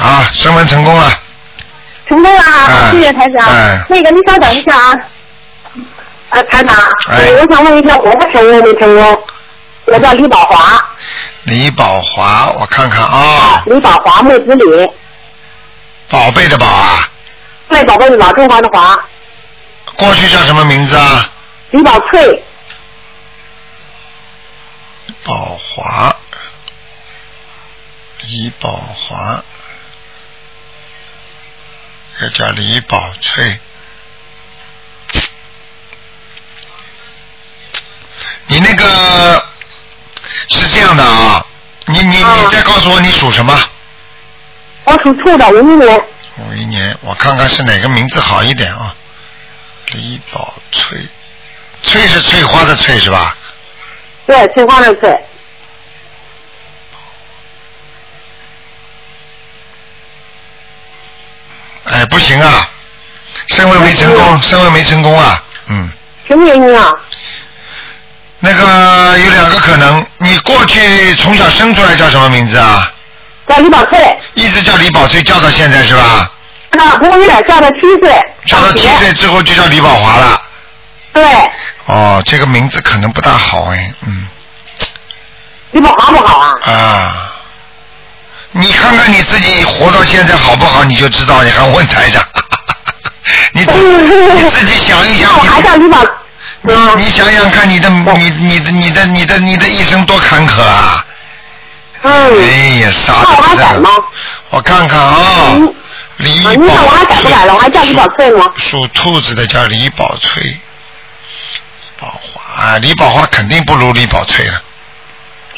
[SPEAKER 1] 啊，升温成功了。
[SPEAKER 5] 成功了啊！
[SPEAKER 1] 哎
[SPEAKER 5] 谢谢台长。
[SPEAKER 1] 哎
[SPEAKER 5] 那个，你稍等一下啊。呃，台长，
[SPEAKER 1] 哎
[SPEAKER 5] 呃我想问一下，我的成功没成功？我叫李宝华，
[SPEAKER 1] 李宝华，我看看啊、
[SPEAKER 5] 李宝华木子李，
[SPEAKER 1] 宝贝的宝啊，
[SPEAKER 5] 对，宝贝的老中华的华，
[SPEAKER 1] 过去叫什么名字啊？
[SPEAKER 5] 李宝翠，
[SPEAKER 1] 宝华，李宝华，又叫李宝翠。你那个是这样的啊，你你你再告诉我你属什么？
[SPEAKER 5] 我属兔的，五一年。
[SPEAKER 1] 五一年，我看看是哪个名字好一点啊？李宝翠，翠是翠花的翠是吧？
[SPEAKER 5] 对，翠花的翠。
[SPEAKER 1] 哎，不行啊，升温没成功，升温没成功啊，嗯。
[SPEAKER 5] 什么原因啊？
[SPEAKER 1] 那个有两个可能，你过去从小生出来叫什么名字啊？
[SPEAKER 5] 叫李宝翠，
[SPEAKER 1] 一直叫李宝翠，叫到现在是吧？
[SPEAKER 5] 啊，不过有点叫她七岁。
[SPEAKER 1] 叫到七岁之后就叫李宝华了。
[SPEAKER 5] 对，
[SPEAKER 1] 哦，这个名字可能不大好哎，嗯
[SPEAKER 5] 李宝华不好啊。
[SPEAKER 1] 啊，你看看你自己活到现在好不好，你就知道，你还问台长， 你自你自己想一想
[SPEAKER 5] 那我，还叫李宝。
[SPEAKER 1] 你
[SPEAKER 5] 嗯
[SPEAKER 1] 你想想看你的你你的你的你的你的一生多坎坷啊！
[SPEAKER 5] 嗯。
[SPEAKER 1] 哎呀，傻
[SPEAKER 5] 那我还
[SPEAKER 1] 的
[SPEAKER 5] 改吗？
[SPEAKER 1] 我看看啊、
[SPEAKER 5] 嗯
[SPEAKER 1] 李
[SPEAKER 5] 啊
[SPEAKER 1] 宝翠。
[SPEAKER 5] 你看我还改不改了我还叫李宝翠吗
[SPEAKER 1] 属兔子的叫李宝翠，宝华啊，李宝华肯定不如李宝翠了。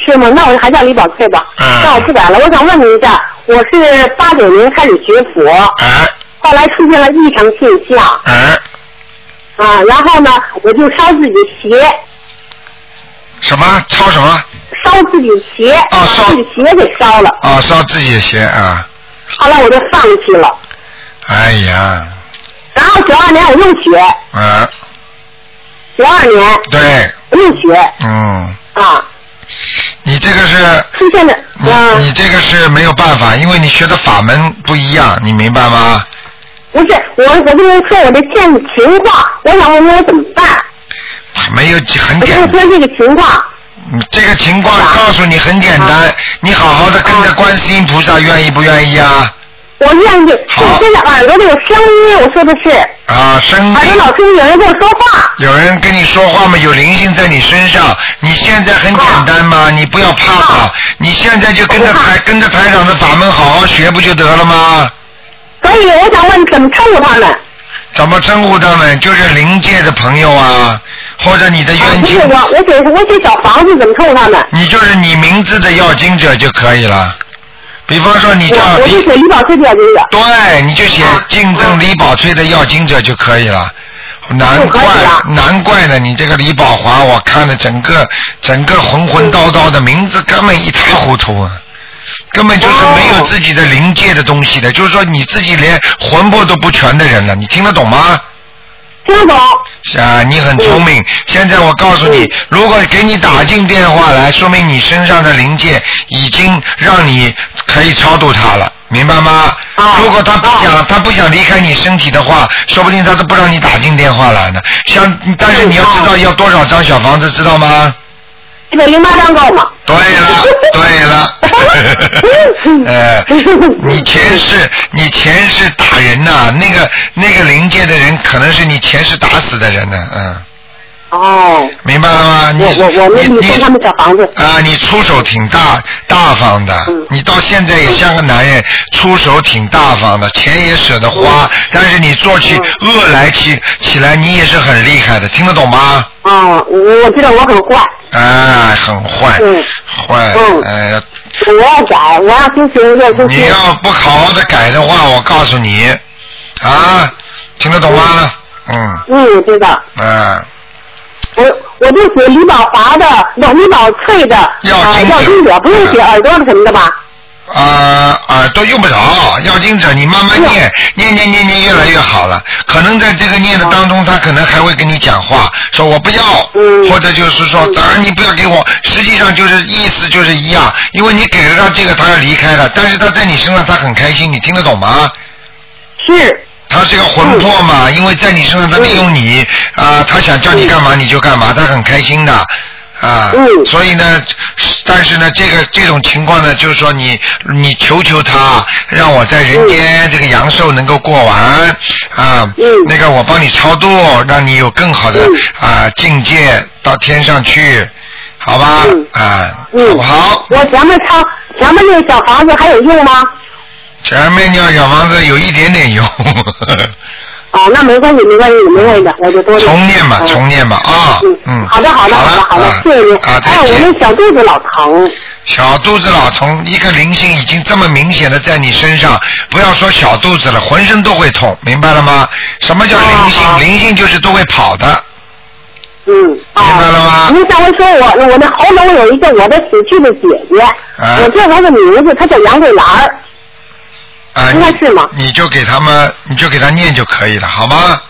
[SPEAKER 5] 是吗？那我还叫李宝翠吧。
[SPEAKER 1] 嗯
[SPEAKER 5] 那我不改了。我想问你一下，我是八九年开始学佛，
[SPEAKER 1] 哎
[SPEAKER 5] 后来出现了异常现象
[SPEAKER 1] 哎，
[SPEAKER 5] 啊，然后呢，我就烧自己鞋，
[SPEAKER 1] 什么抄什么？
[SPEAKER 5] 烧自己鞋，
[SPEAKER 1] 啊烧
[SPEAKER 5] 把自己鞋给烧了。
[SPEAKER 1] 啊，烧自己的鞋啊！
[SPEAKER 5] 后来我就放弃了。
[SPEAKER 1] 哎呀，
[SPEAKER 5] 然后九二年我又学，
[SPEAKER 1] 啊，
[SPEAKER 5] 九二年
[SPEAKER 1] 对，
[SPEAKER 5] 我又学
[SPEAKER 1] 嗯，
[SPEAKER 5] 啊，
[SPEAKER 1] 你这个是。
[SPEAKER 5] 出现的
[SPEAKER 1] 你
[SPEAKER 5] 啊，
[SPEAKER 1] 你这个是没有办法，因为你学的法门不一样，你明白吗？
[SPEAKER 5] 不是我，我跟您说我这现在情况，我想问您我怎么办？
[SPEAKER 1] 没有很
[SPEAKER 5] 我跟
[SPEAKER 1] 简
[SPEAKER 5] 你说这个情况，
[SPEAKER 1] 嗯，这个情况
[SPEAKER 5] 啊
[SPEAKER 1] 告诉你很简单
[SPEAKER 5] 啊，
[SPEAKER 1] 你好好的跟着
[SPEAKER 5] 啊
[SPEAKER 1] 观世音菩萨，愿意不愿意啊？
[SPEAKER 5] 我愿意，
[SPEAKER 1] 好
[SPEAKER 5] 我现在耳朵里有声音，我说的是，
[SPEAKER 1] 啊，生
[SPEAKER 5] 耳朵
[SPEAKER 1] 病，
[SPEAKER 5] 老听有人跟我说话，
[SPEAKER 1] 有人跟你说话吗？有灵性在你身上，你现在很简单嘛，你不要怕嘛
[SPEAKER 5] 啊，
[SPEAKER 1] 你现在就跟着
[SPEAKER 5] 我不怕
[SPEAKER 1] 台跟着台长的法门好好学不就得了吗？
[SPEAKER 5] 所以我想问怎么称呼他们？
[SPEAKER 1] 怎么称呼他们？就是灵界的朋友啊，或者你的
[SPEAKER 5] 啊，
[SPEAKER 1] 冤
[SPEAKER 5] 不是
[SPEAKER 1] 亲，
[SPEAKER 5] 我，我给我给小房子怎么称呼他们？
[SPEAKER 1] 你就是你名字的要经者就可以了。比方说你
[SPEAKER 5] 我
[SPEAKER 1] 叫
[SPEAKER 5] 我就
[SPEAKER 1] 李
[SPEAKER 5] 写李宝翠表姐的，
[SPEAKER 1] 对，你就写
[SPEAKER 5] 啊
[SPEAKER 1] 竞争李宝翠的要经者就可以了。难
[SPEAKER 5] 就
[SPEAKER 1] 怪
[SPEAKER 5] 可以了，
[SPEAKER 1] 难怪呢！你这个李宝华，我看了整个整个浑浑叨叨的名字，根本一塌糊涂啊！根本就是没
[SPEAKER 5] 哦
[SPEAKER 1] 有自己的灵界的东西的，就是说你自己连魂魄都不全的人了，你听得懂吗？
[SPEAKER 6] 听得懂？嗯
[SPEAKER 1] 是啊，你很聪明。现在我告诉你，如果给你打进电话来，说明你身上的灵界已经让你可以超度它了，明白吗？
[SPEAKER 6] 啊
[SPEAKER 1] 如果他不想，他不想离开你身体的话，说不定他都不让你打进电话来呢。像，但是你要知道要多少张小房子，知道吗？
[SPEAKER 6] 一百零八张够吗？
[SPEAKER 1] 对了，对了，呃，你前世你前世打人呐、那个那个灵界的人可能是你前世打死的人呢、嗯，
[SPEAKER 6] 哦，
[SPEAKER 1] 明白了吗？你
[SPEAKER 6] 我我我那
[SPEAKER 1] 你
[SPEAKER 6] 你送他们小房子，
[SPEAKER 1] 啊、你出手挺大大方的、
[SPEAKER 6] 嗯
[SPEAKER 1] 你到现在也像个男人，出手挺大方的，钱也舍得花，
[SPEAKER 6] 嗯
[SPEAKER 1] 但是你做起恶来起起来，你也是很厉害的，听得懂吗？
[SPEAKER 6] 啊，我我知道我很坏，
[SPEAKER 1] 哎，很坏，
[SPEAKER 6] 嗯
[SPEAKER 1] 坏，
[SPEAKER 6] 嗯
[SPEAKER 1] 哎呀，
[SPEAKER 6] 我要改，我要修行，要修
[SPEAKER 1] 你
[SPEAKER 6] 行。
[SPEAKER 1] 要不好好的改的话，我告诉你，啊，听得懂吗？嗯，
[SPEAKER 6] 嗯，我知道，
[SPEAKER 1] 啊，
[SPEAKER 6] 我我就写李宝华的，不李宝翠的，
[SPEAKER 1] 要嗯
[SPEAKER 6] 呃
[SPEAKER 1] 经者
[SPEAKER 6] 要经者，不用写耳朵什么的吧？
[SPEAKER 1] 啊耳朵用不着，要经者你慢慢
[SPEAKER 6] 哦
[SPEAKER 1] 念，念念念念越来越好了。可能在这个念的当中，他可能还会跟你讲话，说我不要，
[SPEAKER 6] 嗯
[SPEAKER 1] 或者就是说，啊你不要给我，实际上就是意思就是一样，因为你给了他这个，他要离开了，但是他在你身上他很开心，你听得懂吗？
[SPEAKER 6] 是，嗯
[SPEAKER 1] 他是个魂魄嘛，因为在你身上他利用你啊、他想叫你干嘛你就干嘛，他很开心的啊、
[SPEAKER 6] 嗯
[SPEAKER 1] 所以呢，但是呢，这个这种情况呢，就是说你你求求他，让我在人间这个阳寿能够过完啊、
[SPEAKER 6] 嗯
[SPEAKER 1] 那个我帮你超度，让你有更好的啊、境界到天上去，好吧？
[SPEAKER 6] 嗯
[SPEAKER 1] 啊、
[SPEAKER 6] 嗯
[SPEAKER 1] 好不好？
[SPEAKER 6] 我前面抄前面那个小房子还有用吗？
[SPEAKER 1] 前面尿小房子有一点点用，
[SPEAKER 6] 哦，那没关系，没关系，没关系的，我就多
[SPEAKER 1] 重念吧，
[SPEAKER 6] 嗯
[SPEAKER 1] 重念吧啊，嗯，
[SPEAKER 6] 好的，好的，
[SPEAKER 1] 好
[SPEAKER 6] 好的，好的，
[SPEAKER 1] 啊
[SPEAKER 6] 谢谢您。
[SPEAKER 1] 啊，
[SPEAKER 6] 哎，
[SPEAKER 1] 再
[SPEAKER 6] 我
[SPEAKER 1] 见。
[SPEAKER 6] 那小肚子老疼，
[SPEAKER 1] 小肚子老虫，一个灵性已经这么明显的在你身上，不要说小肚子了，浑身都会痛，明白了吗？什么叫灵性？
[SPEAKER 6] 哦
[SPEAKER 1] 灵性就是都会跑的，
[SPEAKER 6] 嗯，哦
[SPEAKER 1] 明白了吗
[SPEAKER 6] 您上回说我我那喉咙有一个我的死去的姐姐，
[SPEAKER 1] 啊
[SPEAKER 6] 我叫她的名字，她叫杨桂兰儿，
[SPEAKER 1] 啊、
[SPEAKER 6] 应该
[SPEAKER 1] 你
[SPEAKER 6] 是吗
[SPEAKER 1] 你就给他们，你就给他念就可以了，好吗？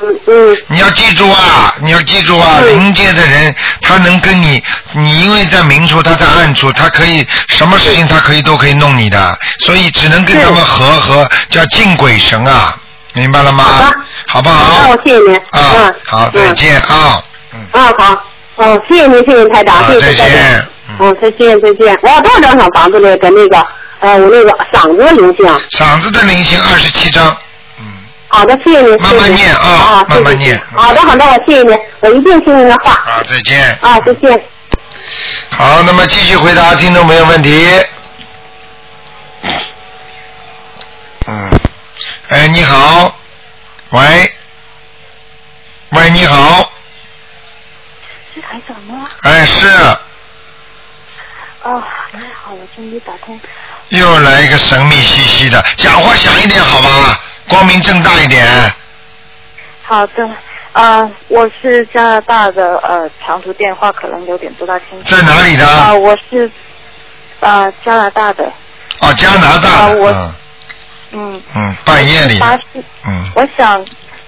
[SPEAKER 6] 嗯嗯，
[SPEAKER 1] 你要记住啊，你要记住啊，
[SPEAKER 6] 嗯
[SPEAKER 1] 灵界的人他能跟你，你因为在明处，他在暗处，他可以什么事情他可以都可以弄你的，所以只能跟他们和和，叫敬鬼神啊，明白了吗？
[SPEAKER 6] 好的
[SPEAKER 1] 好不
[SPEAKER 6] 那
[SPEAKER 1] 好？
[SPEAKER 6] 我谢谢您，
[SPEAKER 1] 啊
[SPEAKER 6] 嗯，，
[SPEAKER 1] 好，再
[SPEAKER 6] 嗯
[SPEAKER 1] 见啊，嗯，
[SPEAKER 6] 啊，好，哦，谢谢您，谢谢您台长，
[SPEAKER 1] 好
[SPEAKER 6] 谢，
[SPEAKER 1] 再
[SPEAKER 6] 谢台长
[SPEAKER 1] 见。，嗯，
[SPEAKER 6] 嗯，再见再见。我要多少张小房子那个那个呃，我那个嗓子灵性。
[SPEAKER 1] 嗓子的灵性二十七章，嗯，
[SPEAKER 6] 好的，谢谢您，
[SPEAKER 1] 慢慢
[SPEAKER 6] 谢谢您
[SPEAKER 1] 念啊
[SPEAKER 6] 啊，谢谢
[SPEAKER 1] 慢慢念
[SPEAKER 6] 您好的好的，我谢谢您，我一定听您的话。
[SPEAKER 1] 好，再见。
[SPEAKER 6] 啊，再见。
[SPEAKER 1] 好，那么继续回答听众朋友问题。嗯，哎，你好，喂，喂，你好，
[SPEAKER 7] 是台长吗？
[SPEAKER 1] 哎，是
[SPEAKER 7] 哦，
[SPEAKER 3] 哎
[SPEAKER 7] 你好，我终于打通。
[SPEAKER 1] 又来一个神秘兮兮的，讲话响一点好吧，光明正大一点。
[SPEAKER 7] 好的，呃，我是加拿大的，呃，长途电话可能有点不大清楚。
[SPEAKER 1] 在哪里的？
[SPEAKER 7] 啊、我是呃加拿大的，
[SPEAKER 1] 哦，加拿大
[SPEAKER 7] 啊
[SPEAKER 1] 的，
[SPEAKER 7] 我
[SPEAKER 1] 嗯
[SPEAKER 7] 嗯，
[SPEAKER 1] 嗯，半夜里的，
[SPEAKER 7] 八四，
[SPEAKER 1] 嗯，
[SPEAKER 7] 我想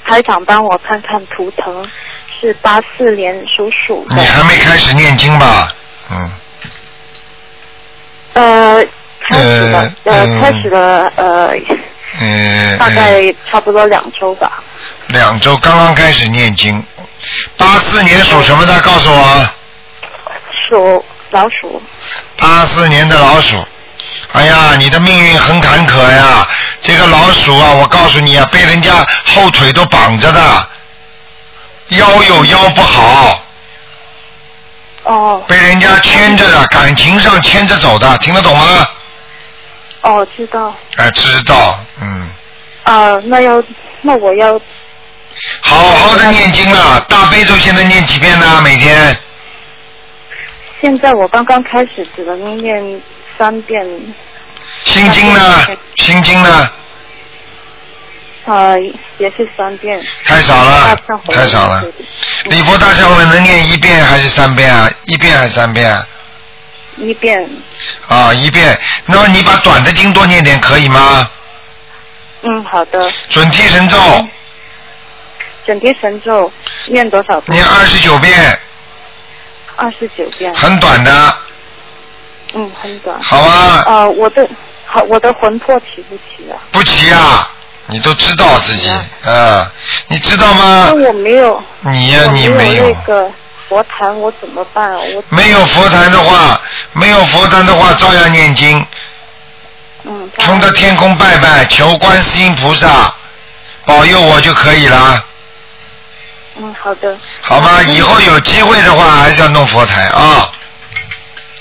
[SPEAKER 7] 台长帮我看看图腾，是八四年属鼠
[SPEAKER 1] 你
[SPEAKER 7] 的，
[SPEAKER 1] 还没开始念经吧？嗯，
[SPEAKER 7] 呃，开始了，
[SPEAKER 1] 呃
[SPEAKER 7] 呃，
[SPEAKER 1] 嗯
[SPEAKER 7] 开始了，呃，
[SPEAKER 1] 呃，
[SPEAKER 7] 大
[SPEAKER 1] 呃
[SPEAKER 7] 概差不多两周吧。
[SPEAKER 1] 两周刚刚开始念经。八四年属什么的？告诉我。
[SPEAKER 7] 属老鼠，
[SPEAKER 1] 八四年的老鼠。哎呀，你的命运很坎坷呀！这个老鼠啊，我告诉你啊，被人家后腿都绑着的，腰有腰不好，
[SPEAKER 7] 哦
[SPEAKER 1] 被人家牵着的，感情上牵着走的，听得懂吗？
[SPEAKER 7] 哦，知道。
[SPEAKER 1] 哎，知道，嗯。
[SPEAKER 7] 啊，那要那我要
[SPEAKER 1] 好好的念经啊！大悲咒现在念几遍呢？每天
[SPEAKER 7] 现在我刚刚开始只能念三遍，
[SPEAKER 1] 心经呢
[SPEAKER 7] 大悲咒？
[SPEAKER 1] 心经呢？
[SPEAKER 7] 啊、也是三遍。
[SPEAKER 1] 太少
[SPEAKER 7] 大
[SPEAKER 1] 了
[SPEAKER 7] 忏悔，文
[SPEAKER 1] 太少了。礼佛大忏悔能念一遍还是三遍啊？一遍还是三遍啊？
[SPEAKER 7] 一遍，
[SPEAKER 1] 啊，一遍。那么你把短的经多念点可以吗？
[SPEAKER 7] 嗯，好的。
[SPEAKER 1] 准提神咒
[SPEAKER 7] 整天神咒念多少遍
[SPEAKER 1] 念？二十九遍，
[SPEAKER 7] 二十九遍。
[SPEAKER 1] 很短的，
[SPEAKER 7] 嗯，很短。
[SPEAKER 1] 好啊，
[SPEAKER 7] 呃，我的好，我的魂魄起不起啊？
[SPEAKER 1] 不急啊，你都知道自己，啊，你知道吗
[SPEAKER 7] 那？我没有，
[SPEAKER 1] 你呀、
[SPEAKER 7] 我
[SPEAKER 1] 你
[SPEAKER 7] 没
[SPEAKER 1] 没有
[SPEAKER 7] 那个佛坛，我怎么办啊？我
[SPEAKER 1] 没有佛坛的话，没有佛坛的话，照样念经，
[SPEAKER 7] 嗯，
[SPEAKER 1] 冲着天空拜拜，求观世音菩萨保佑我就可以了，
[SPEAKER 7] 嗯，好的，
[SPEAKER 1] 好吗？以后有机会的话，还是要弄佛台啊。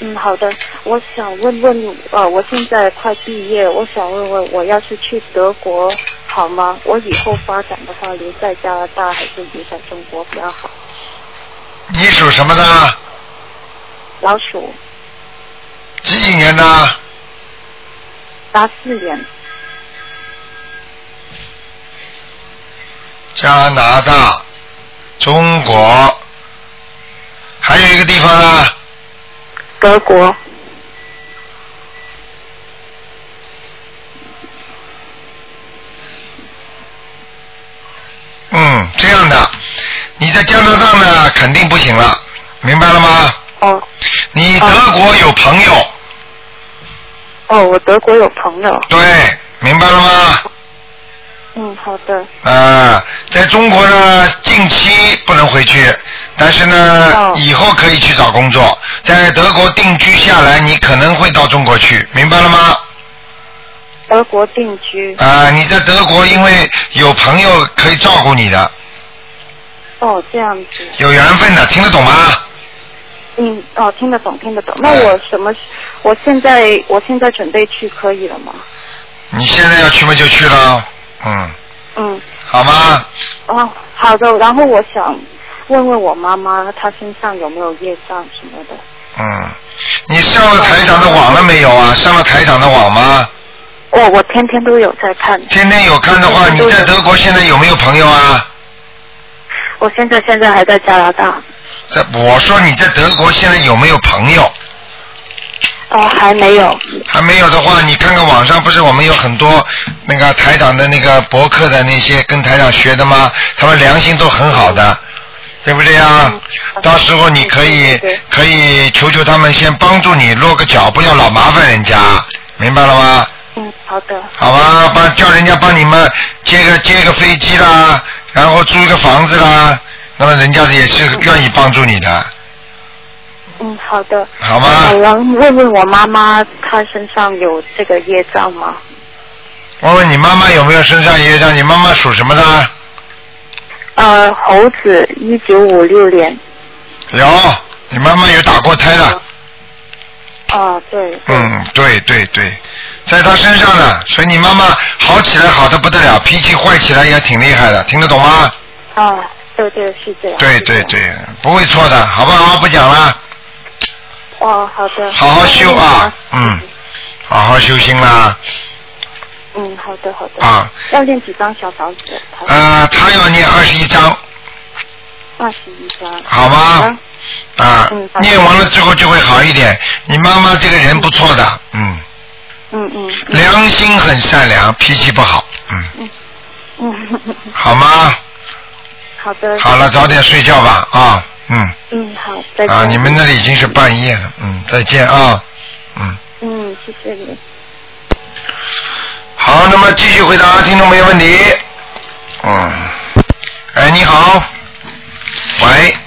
[SPEAKER 7] 嗯，好的。我想问问你，呃，我现在快毕业，我想问问，我要是去德国好吗？我以后发展的话，留在加拿大还是留在中国比较好？
[SPEAKER 1] 你属什么的？
[SPEAKER 7] 老鼠，
[SPEAKER 1] 几几年的？
[SPEAKER 7] 八四年，
[SPEAKER 1] 加拿大、中国，还有一个地方啊呢，
[SPEAKER 7] 德国，
[SPEAKER 1] 嗯，这样的，你在加拿大呢肯定不行了，明白了吗？
[SPEAKER 7] 哦
[SPEAKER 1] 你德国有朋友，
[SPEAKER 7] 哦，我德国有朋友，
[SPEAKER 1] 对，明白了吗？
[SPEAKER 7] 嗯，好的，
[SPEAKER 1] 呃，在中国呢，近期不能回去，但是呢
[SPEAKER 7] 哦，
[SPEAKER 1] 以后可以去找工作。在德国定居下来，你可能会到中国去，明白了吗？
[SPEAKER 7] 德国定居，
[SPEAKER 1] 啊、你在德国因为有朋友可以照顾你的，
[SPEAKER 7] 哦，这样子，
[SPEAKER 1] 有缘分的，听得懂吗？
[SPEAKER 7] 嗯，哦，听得懂，听得懂。那我什么时？我现在我现在准备去，可以了吗？
[SPEAKER 1] 你现在要去嘛就去了，嗯，
[SPEAKER 7] 嗯，
[SPEAKER 1] 好吗？
[SPEAKER 7] 哦，好的。然后我想问问我妈妈，她身上有没有业障什么的？
[SPEAKER 1] 嗯，你上了台长的网了没有啊？上了台长的网吗？
[SPEAKER 7] 哦，我天天都有在看。
[SPEAKER 1] 天天有看的
[SPEAKER 7] 嗯
[SPEAKER 1] 话，你在德国现在有没有朋友啊？
[SPEAKER 7] 我现在现在还在加拿大。
[SPEAKER 1] 在我说你在德国现在有没有朋友？
[SPEAKER 7] 哦，还没有。
[SPEAKER 1] 还没有的话，你看看网上不是我们有很多那个台长的那个博客的那些跟台长学的吗？他们良心都很好的，对不对呀？
[SPEAKER 7] 嗯
[SPEAKER 1] 到时候你可
[SPEAKER 7] 对
[SPEAKER 1] 以
[SPEAKER 7] 对对
[SPEAKER 1] 可以求求他们先帮助你落个脚，不要老麻烦人家，明白了吗？
[SPEAKER 7] 嗯，好的。
[SPEAKER 1] 好吧，帮叫人家帮你们接个接个飞机啦，然后租一个房子啦，那么人家也是愿意帮助你的，
[SPEAKER 7] 嗯，好的。
[SPEAKER 1] 好吗？
[SPEAKER 7] 我能问问我妈妈，她身上有这个业障吗？
[SPEAKER 1] 问问你妈妈有没有身上也让你妈妈属什么的？
[SPEAKER 7] 呃，猴子，一九五六年。
[SPEAKER 1] 有，你妈妈有打过胎的。
[SPEAKER 7] 啊，对。
[SPEAKER 1] 嗯，对对对，在她身上呢，所以你妈妈好起来好的不得了，脾气坏起来也挺厉害的，听得懂吗？
[SPEAKER 7] 啊，对对是这样。
[SPEAKER 1] 对
[SPEAKER 7] 是这
[SPEAKER 1] 对
[SPEAKER 7] 样。
[SPEAKER 1] 对，不会错的，好不好？不讲了，
[SPEAKER 7] 哦，好的。
[SPEAKER 1] 好好修啊，嗯，好好修心啦。
[SPEAKER 7] 嗯，好的好的。
[SPEAKER 1] 啊。
[SPEAKER 7] 要练几张小房子？
[SPEAKER 1] 呃，她要念二十一章，
[SPEAKER 7] 二十一张。
[SPEAKER 1] 好吗？啊
[SPEAKER 7] 嗯，好的
[SPEAKER 1] 念完了之后就会好一点。你妈妈这个人不错的，嗯，
[SPEAKER 7] 嗯嗯
[SPEAKER 1] 良心很善良，脾气不好，嗯，
[SPEAKER 7] 嗯，
[SPEAKER 1] 好吗？
[SPEAKER 7] 好的。
[SPEAKER 1] 好了，早点睡觉吧啊，嗯，
[SPEAKER 7] 嗯，好，再见。
[SPEAKER 1] 啊，你们那里已经是半夜了，嗯，再见啊，嗯，
[SPEAKER 7] 嗯，谢谢你。
[SPEAKER 1] 好，那么继续回答听众朋友问题，嗯，哎，你好，喂，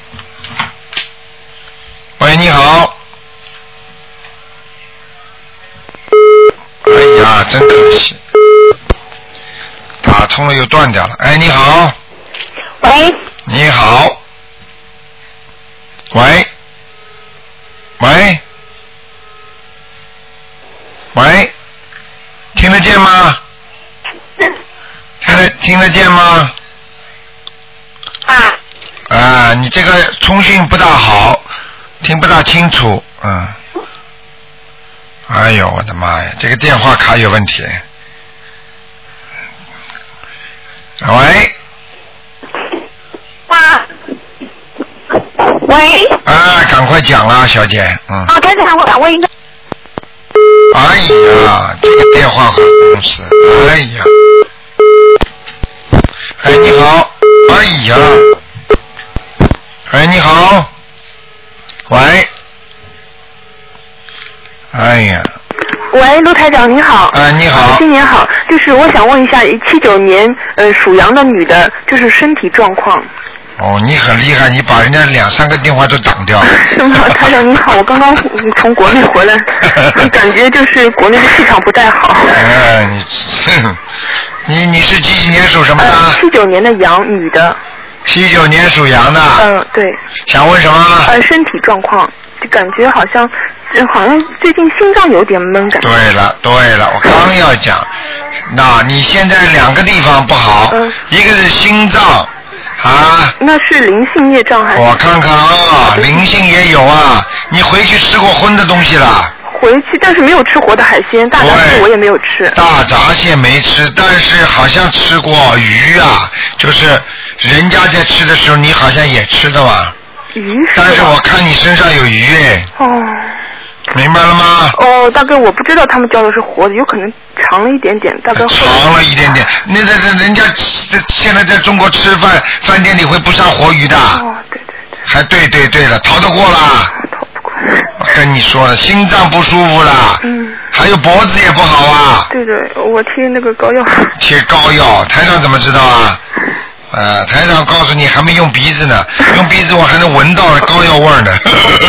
[SPEAKER 1] 喂，你好，哎呀，真可惜，打通了又断掉了，哎，你好，
[SPEAKER 6] 喂，
[SPEAKER 1] 你好，喂，喂，喂，听得见吗？听得听得见吗？
[SPEAKER 6] 啊，
[SPEAKER 1] 啊，你这个通讯不大好，听不大清楚，嗯。哎呦，我的妈呀，这个电话卡有问题。喂，
[SPEAKER 6] 啊，喂，
[SPEAKER 1] 啊，快赶快讲啦，小姐，嗯。
[SPEAKER 8] 啊，台长，我想问一个，
[SPEAKER 1] 哎呀，这个电话很公司，哎呀，哎你好，哎呀，哎你好，喂，哎呀，
[SPEAKER 8] 喂，卢台长您好。
[SPEAKER 1] 哎你好，
[SPEAKER 8] 新年好，就是我想问一下，七九年呃属羊的女的，就是身体状况。
[SPEAKER 1] 哦你很厉害，你把人家两三个电话都挡掉了。
[SPEAKER 8] 是 吗？台长您好，我刚刚从国内回来，感觉就是国内的气场不太好。
[SPEAKER 1] 哎，你 你你是几几年属什么
[SPEAKER 8] 呃，
[SPEAKER 1] 的？
[SPEAKER 8] 七九年的羊，女的。
[SPEAKER 1] 七九年属羊的，
[SPEAKER 8] 嗯、对。
[SPEAKER 1] 想问什么？
[SPEAKER 8] 呃，身体状况，就感觉好像，呃好像最近心脏有点闷感。
[SPEAKER 1] 对了，对了，我刚要讲，那你现在两个地方不好，
[SPEAKER 8] 嗯
[SPEAKER 1] 一个是心脏啊，哦
[SPEAKER 8] 那是灵性业障还是？
[SPEAKER 1] 我看看啊，
[SPEAKER 8] 嗯
[SPEAKER 1] 灵性也有啊，你回去吃过荤的东西了？
[SPEAKER 8] 回去，但是没有吃活的海鲜，大闸蟹我也没有吃。
[SPEAKER 1] 大闸蟹没吃，但是好像吃过鱼啊，就是人家在吃的时候，你好像也吃的吧？
[SPEAKER 8] 鱼是吧
[SPEAKER 1] 但是我看你身上有鱼哎，
[SPEAKER 8] 哦
[SPEAKER 1] 明白了吗？
[SPEAKER 8] 哦，大概我不知道他们叫的是活的，有可能长了一点点，大概后来
[SPEAKER 1] 长了一点点，那那那人家这现在在中国吃饭，饭店里会不杀活鱼的。
[SPEAKER 8] 哦，对对对，啊
[SPEAKER 1] 还对对对了，逃得过啦。
[SPEAKER 8] 逃不过。
[SPEAKER 1] 我跟你说了，心脏不舒服啦，
[SPEAKER 8] 嗯，
[SPEAKER 1] 还有脖子也不好啊，
[SPEAKER 8] 对对，我贴那个 膏药。
[SPEAKER 1] 贴膏药，台长怎么知道 啊？呃，台长告诉你还没用鼻子呢，用鼻子我还能闻到膏药味儿 呢。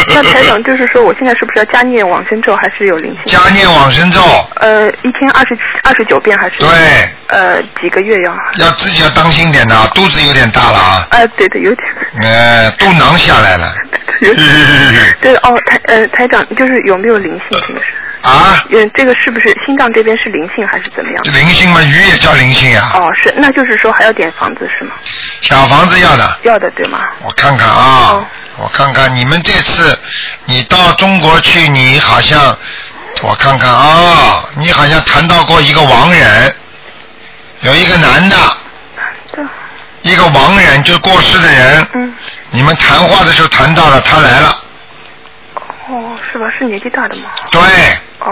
[SPEAKER 8] 那台长就是说，我现在是不是要加念往生咒，还是有灵性？
[SPEAKER 1] 加念往生咒，
[SPEAKER 8] 呃，一天二十二十九遍还是？
[SPEAKER 1] 对，
[SPEAKER 8] 呃，几个月要？
[SPEAKER 1] 要自己要当心点的啊，肚子有点大了啊，
[SPEAKER 8] 呃，对对，有点，
[SPEAKER 1] 呃，肚囊下来了。
[SPEAKER 8] 有点。对哦，台呃台长，就是有没有灵性这个事？
[SPEAKER 1] 啊，
[SPEAKER 8] 嗯，这个是不是心脏这边是灵性还是怎么样
[SPEAKER 1] 这？灵性嘛，鱼也叫灵性呀、
[SPEAKER 8] 哦，是，那就是说还要点房子是吗？
[SPEAKER 1] 小房子要的。
[SPEAKER 8] 要的对吗？
[SPEAKER 1] 我看看啊，
[SPEAKER 8] 哦
[SPEAKER 1] 我看看你们这次你到中国去，你好像我看看啊，你好像谈到过一个亡人，有一个男的，
[SPEAKER 8] 对，
[SPEAKER 1] 一个亡人就过世的人，
[SPEAKER 8] 嗯，
[SPEAKER 1] 你们谈话的时候谈到了他来了，
[SPEAKER 8] 哦，是吧？是年纪大的吗？
[SPEAKER 1] 对，
[SPEAKER 8] 哦，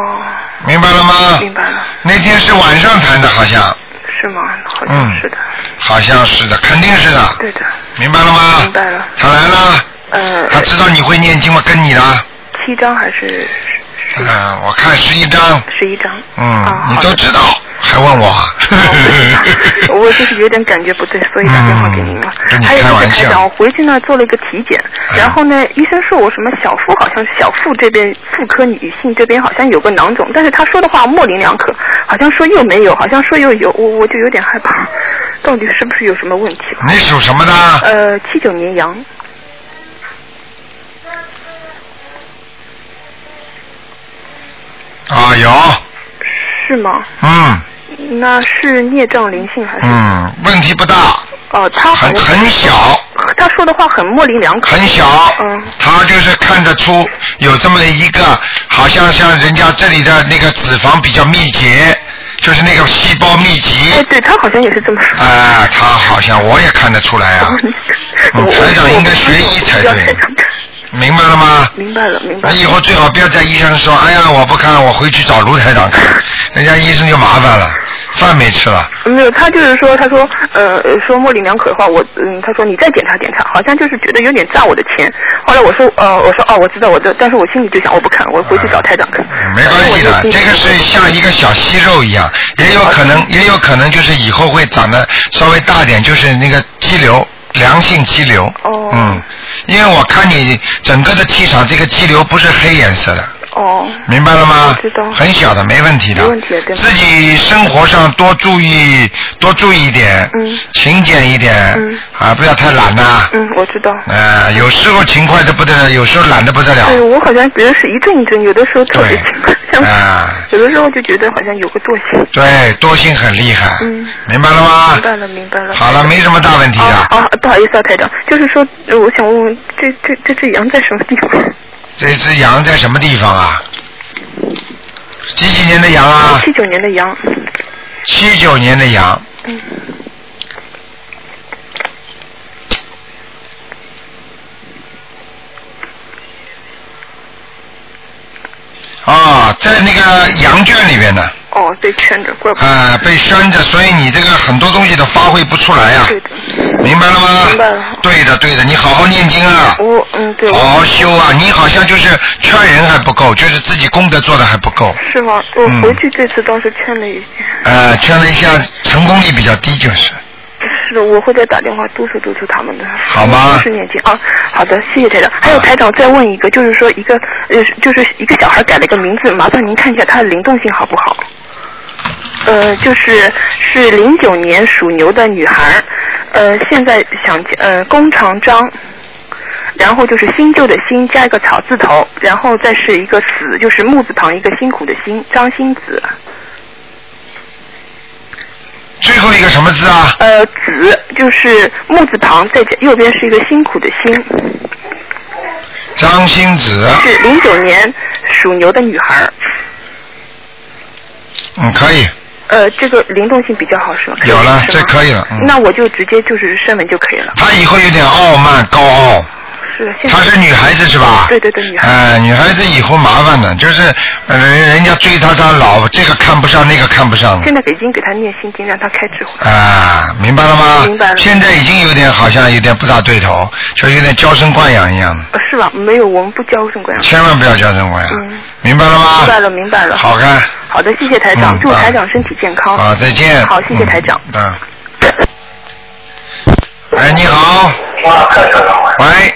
[SPEAKER 1] 明白了吗？
[SPEAKER 8] 明白了，
[SPEAKER 1] 那天是晚上谈的，好像，
[SPEAKER 8] 是吗？好像
[SPEAKER 1] 嗯
[SPEAKER 8] 是的，，
[SPEAKER 1] 好像是的，肯定是的，
[SPEAKER 8] 对的，
[SPEAKER 1] 明白了吗？
[SPEAKER 8] 明白了
[SPEAKER 1] 他来了，
[SPEAKER 8] 呃，
[SPEAKER 1] 他知道你会念经吗？跟你的，
[SPEAKER 8] 七张还 是
[SPEAKER 1] 嗯、我看十一章。
[SPEAKER 8] 十一张？
[SPEAKER 1] 嗯
[SPEAKER 8] 啊，
[SPEAKER 1] 你
[SPEAKER 8] 好
[SPEAKER 1] 都
[SPEAKER 8] 的
[SPEAKER 1] 知道，还问我啊？
[SPEAKER 8] 哦我就是有点感觉 不对，所以打电话给您了。
[SPEAKER 1] 嗯跟你
[SPEAKER 8] 还有
[SPEAKER 1] 开
[SPEAKER 8] 就是
[SPEAKER 1] 玩
[SPEAKER 8] 台
[SPEAKER 1] 笑哎
[SPEAKER 8] 长，我回去呢做了一个体检，然后呢，医生说我什么小腹好像是小腹这边妇科女性这边好像有个囊肿，但是他说的话模棱两可，好像说又没有，好像说又有，我我就有点害怕，到底是不是有什么问题吧？
[SPEAKER 1] 你属什么的？
[SPEAKER 8] 呃，七九年羊，
[SPEAKER 1] 啊，有，
[SPEAKER 8] 是吗？
[SPEAKER 1] 嗯
[SPEAKER 8] 那是孽障灵性还是？
[SPEAKER 1] 嗯，问题不大，
[SPEAKER 8] 哦，他好
[SPEAKER 1] 很
[SPEAKER 8] 像
[SPEAKER 1] 很小，
[SPEAKER 8] 他说的话很模棱两可。
[SPEAKER 1] 很小
[SPEAKER 8] 嗯，
[SPEAKER 1] 他就是看得出有这么一个，好像像人家这里的那个脂肪比较密集，就是那个细胞密集
[SPEAKER 8] 哎，。对他好像也是这么说。
[SPEAKER 1] 啊，他好像我也看得出来 啊，嗯台长应该学医才对明白了吗？
[SPEAKER 8] 明白了，明
[SPEAKER 1] 那
[SPEAKER 8] 白了
[SPEAKER 1] 以。后最好不要在医生说，哎呀，我不看了，我回去找卢台长看，人家医生就麻烦了，饭没吃了。
[SPEAKER 8] 嗯没有，他就是说，他说，呃，呃说模棱两可的话，我，嗯，他说你再检查检查，好像就是觉得有点诈我的钱。后来我说，呃，我说哦，我知道，我知道，但是我心里就想，我不看，我回去找台长看。
[SPEAKER 1] 没关系
[SPEAKER 8] 哎
[SPEAKER 1] 的，这个是像一个小息肉一样，也有可能，也有可能就是以后会长得稍微大点，就是那个肌瘤，良性肌瘤。
[SPEAKER 8] 哦
[SPEAKER 1] 嗯，因为我看你整个的气场，这个肌瘤不是黑颜色的，
[SPEAKER 8] 哦，
[SPEAKER 1] 明白了吗？
[SPEAKER 8] 我知道
[SPEAKER 1] 很小的，没问题的。
[SPEAKER 8] 没问题的对吗
[SPEAKER 1] 自己生活上多注意，多注意一点，
[SPEAKER 8] 嗯
[SPEAKER 1] 勤俭一点，
[SPEAKER 8] 嗯
[SPEAKER 1] 啊，不要太懒呐、
[SPEAKER 8] 嗯，我知道。
[SPEAKER 1] 呃，有时候勤快的不得了，有时候懒的不得了。
[SPEAKER 8] 对，我好像觉得是一阵一阵，有的时候特别
[SPEAKER 1] 对
[SPEAKER 8] 勤快，像、
[SPEAKER 1] 啊
[SPEAKER 8] 有的时候就觉得好像有个惰性。
[SPEAKER 1] 对，多心很厉害，
[SPEAKER 8] 嗯
[SPEAKER 1] 哎明白了吗？
[SPEAKER 8] 明白了，明白了。
[SPEAKER 1] 好了，没什么大问题的。
[SPEAKER 8] 啊啊，不好意思啊，台长，就是说，呃我想问问，这这这只羊在什么地方？
[SPEAKER 1] 这只羊在什么地方啊？几几年的羊啊？
[SPEAKER 8] 七九年的羊。
[SPEAKER 1] 七九年的羊。
[SPEAKER 8] 嗯
[SPEAKER 1] 啊，在那个羊圈里边呢，
[SPEAKER 8] 哦，被圈着，怪不得。
[SPEAKER 1] 啊，被拴着，所以你这个很多东西都发挥不出来啊，
[SPEAKER 8] 对的，
[SPEAKER 1] 明白了吗？
[SPEAKER 8] 明白了
[SPEAKER 1] 对的，对的，你好好念经啊，
[SPEAKER 8] 我嗯，对，我
[SPEAKER 1] 好好修啊，你好像就是劝人还不够，就是自己功德做的还不够，
[SPEAKER 8] 是吗？我
[SPEAKER 1] 嗯
[SPEAKER 8] 回去这次倒是劝了一下。
[SPEAKER 1] 呃，劝了一下，成功率比较低，就是。
[SPEAKER 8] 是的，我会再打电话督促督促他们的。
[SPEAKER 1] 好吗
[SPEAKER 8] 都是念经啊，好的，谢谢台长。还有台长再问一个，就是说一个呃，就是一个小孩改了个名字，麻烦您看一下他的灵动性好不好？呃，就是是零九年属牛的女孩，呃，现在想呃弓长张，然后就是新旧的新加一个草字头，然后再是一个死，就是木字旁一个辛苦的辛，张辛子，
[SPEAKER 1] 最后一个什么字啊？
[SPEAKER 8] 呃子就是木字旁再加右边是一个辛苦的辛。
[SPEAKER 1] 张星子，
[SPEAKER 8] 是零九年属牛的女孩儿，
[SPEAKER 1] 嗯，可以，
[SPEAKER 8] 呃，这个灵动性比较好是吗？
[SPEAKER 1] 有了
[SPEAKER 8] 是吗
[SPEAKER 1] 这可以了嗯
[SPEAKER 8] 那我就直接就是声纹就可以了。
[SPEAKER 1] 她以后有点傲慢、高傲，
[SPEAKER 8] 是，现在
[SPEAKER 1] 她是女孩子是吧？
[SPEAKER 8] 对对对，女孩儿。
[SPEAKER 1] 哎，女孩子以后麻烦的，就是呃人人家追她，她老这个看不上，那个看不上
[SPEAKER 8] 现在已经给她念心经，让她开智慧。
[SPEAKER 1] 啊，明白了吗？
[SPEAKER 8] 明白了
[SPEAKER 1] 现在已经有点好像有点不大对头，就有点娇生惯养一样的，
[SPEAKER 8] 呃是吧？没有，我们不教正规。
[SPEAKER 1] 千万不要娇生惯养，
[SPEAKER 8] 嗯
[SPEAKER 1] 明白了吗？
[SPEAKER 8] 明白了，明白了。
[SPEAKER 1] 好看。
[SPEAKER 8] 好的，谢谢台长，
[SPEAKER 1] 嗯
[SPEAKER 8] 祝台长身体健康。
[SPEAKER 1] 好，再见。
[SPEAKER 8] 好谢谢台长
[SPEAKER 1] 嗯。嗯哎，你好。喂，
[SPEAKER 6] 喂。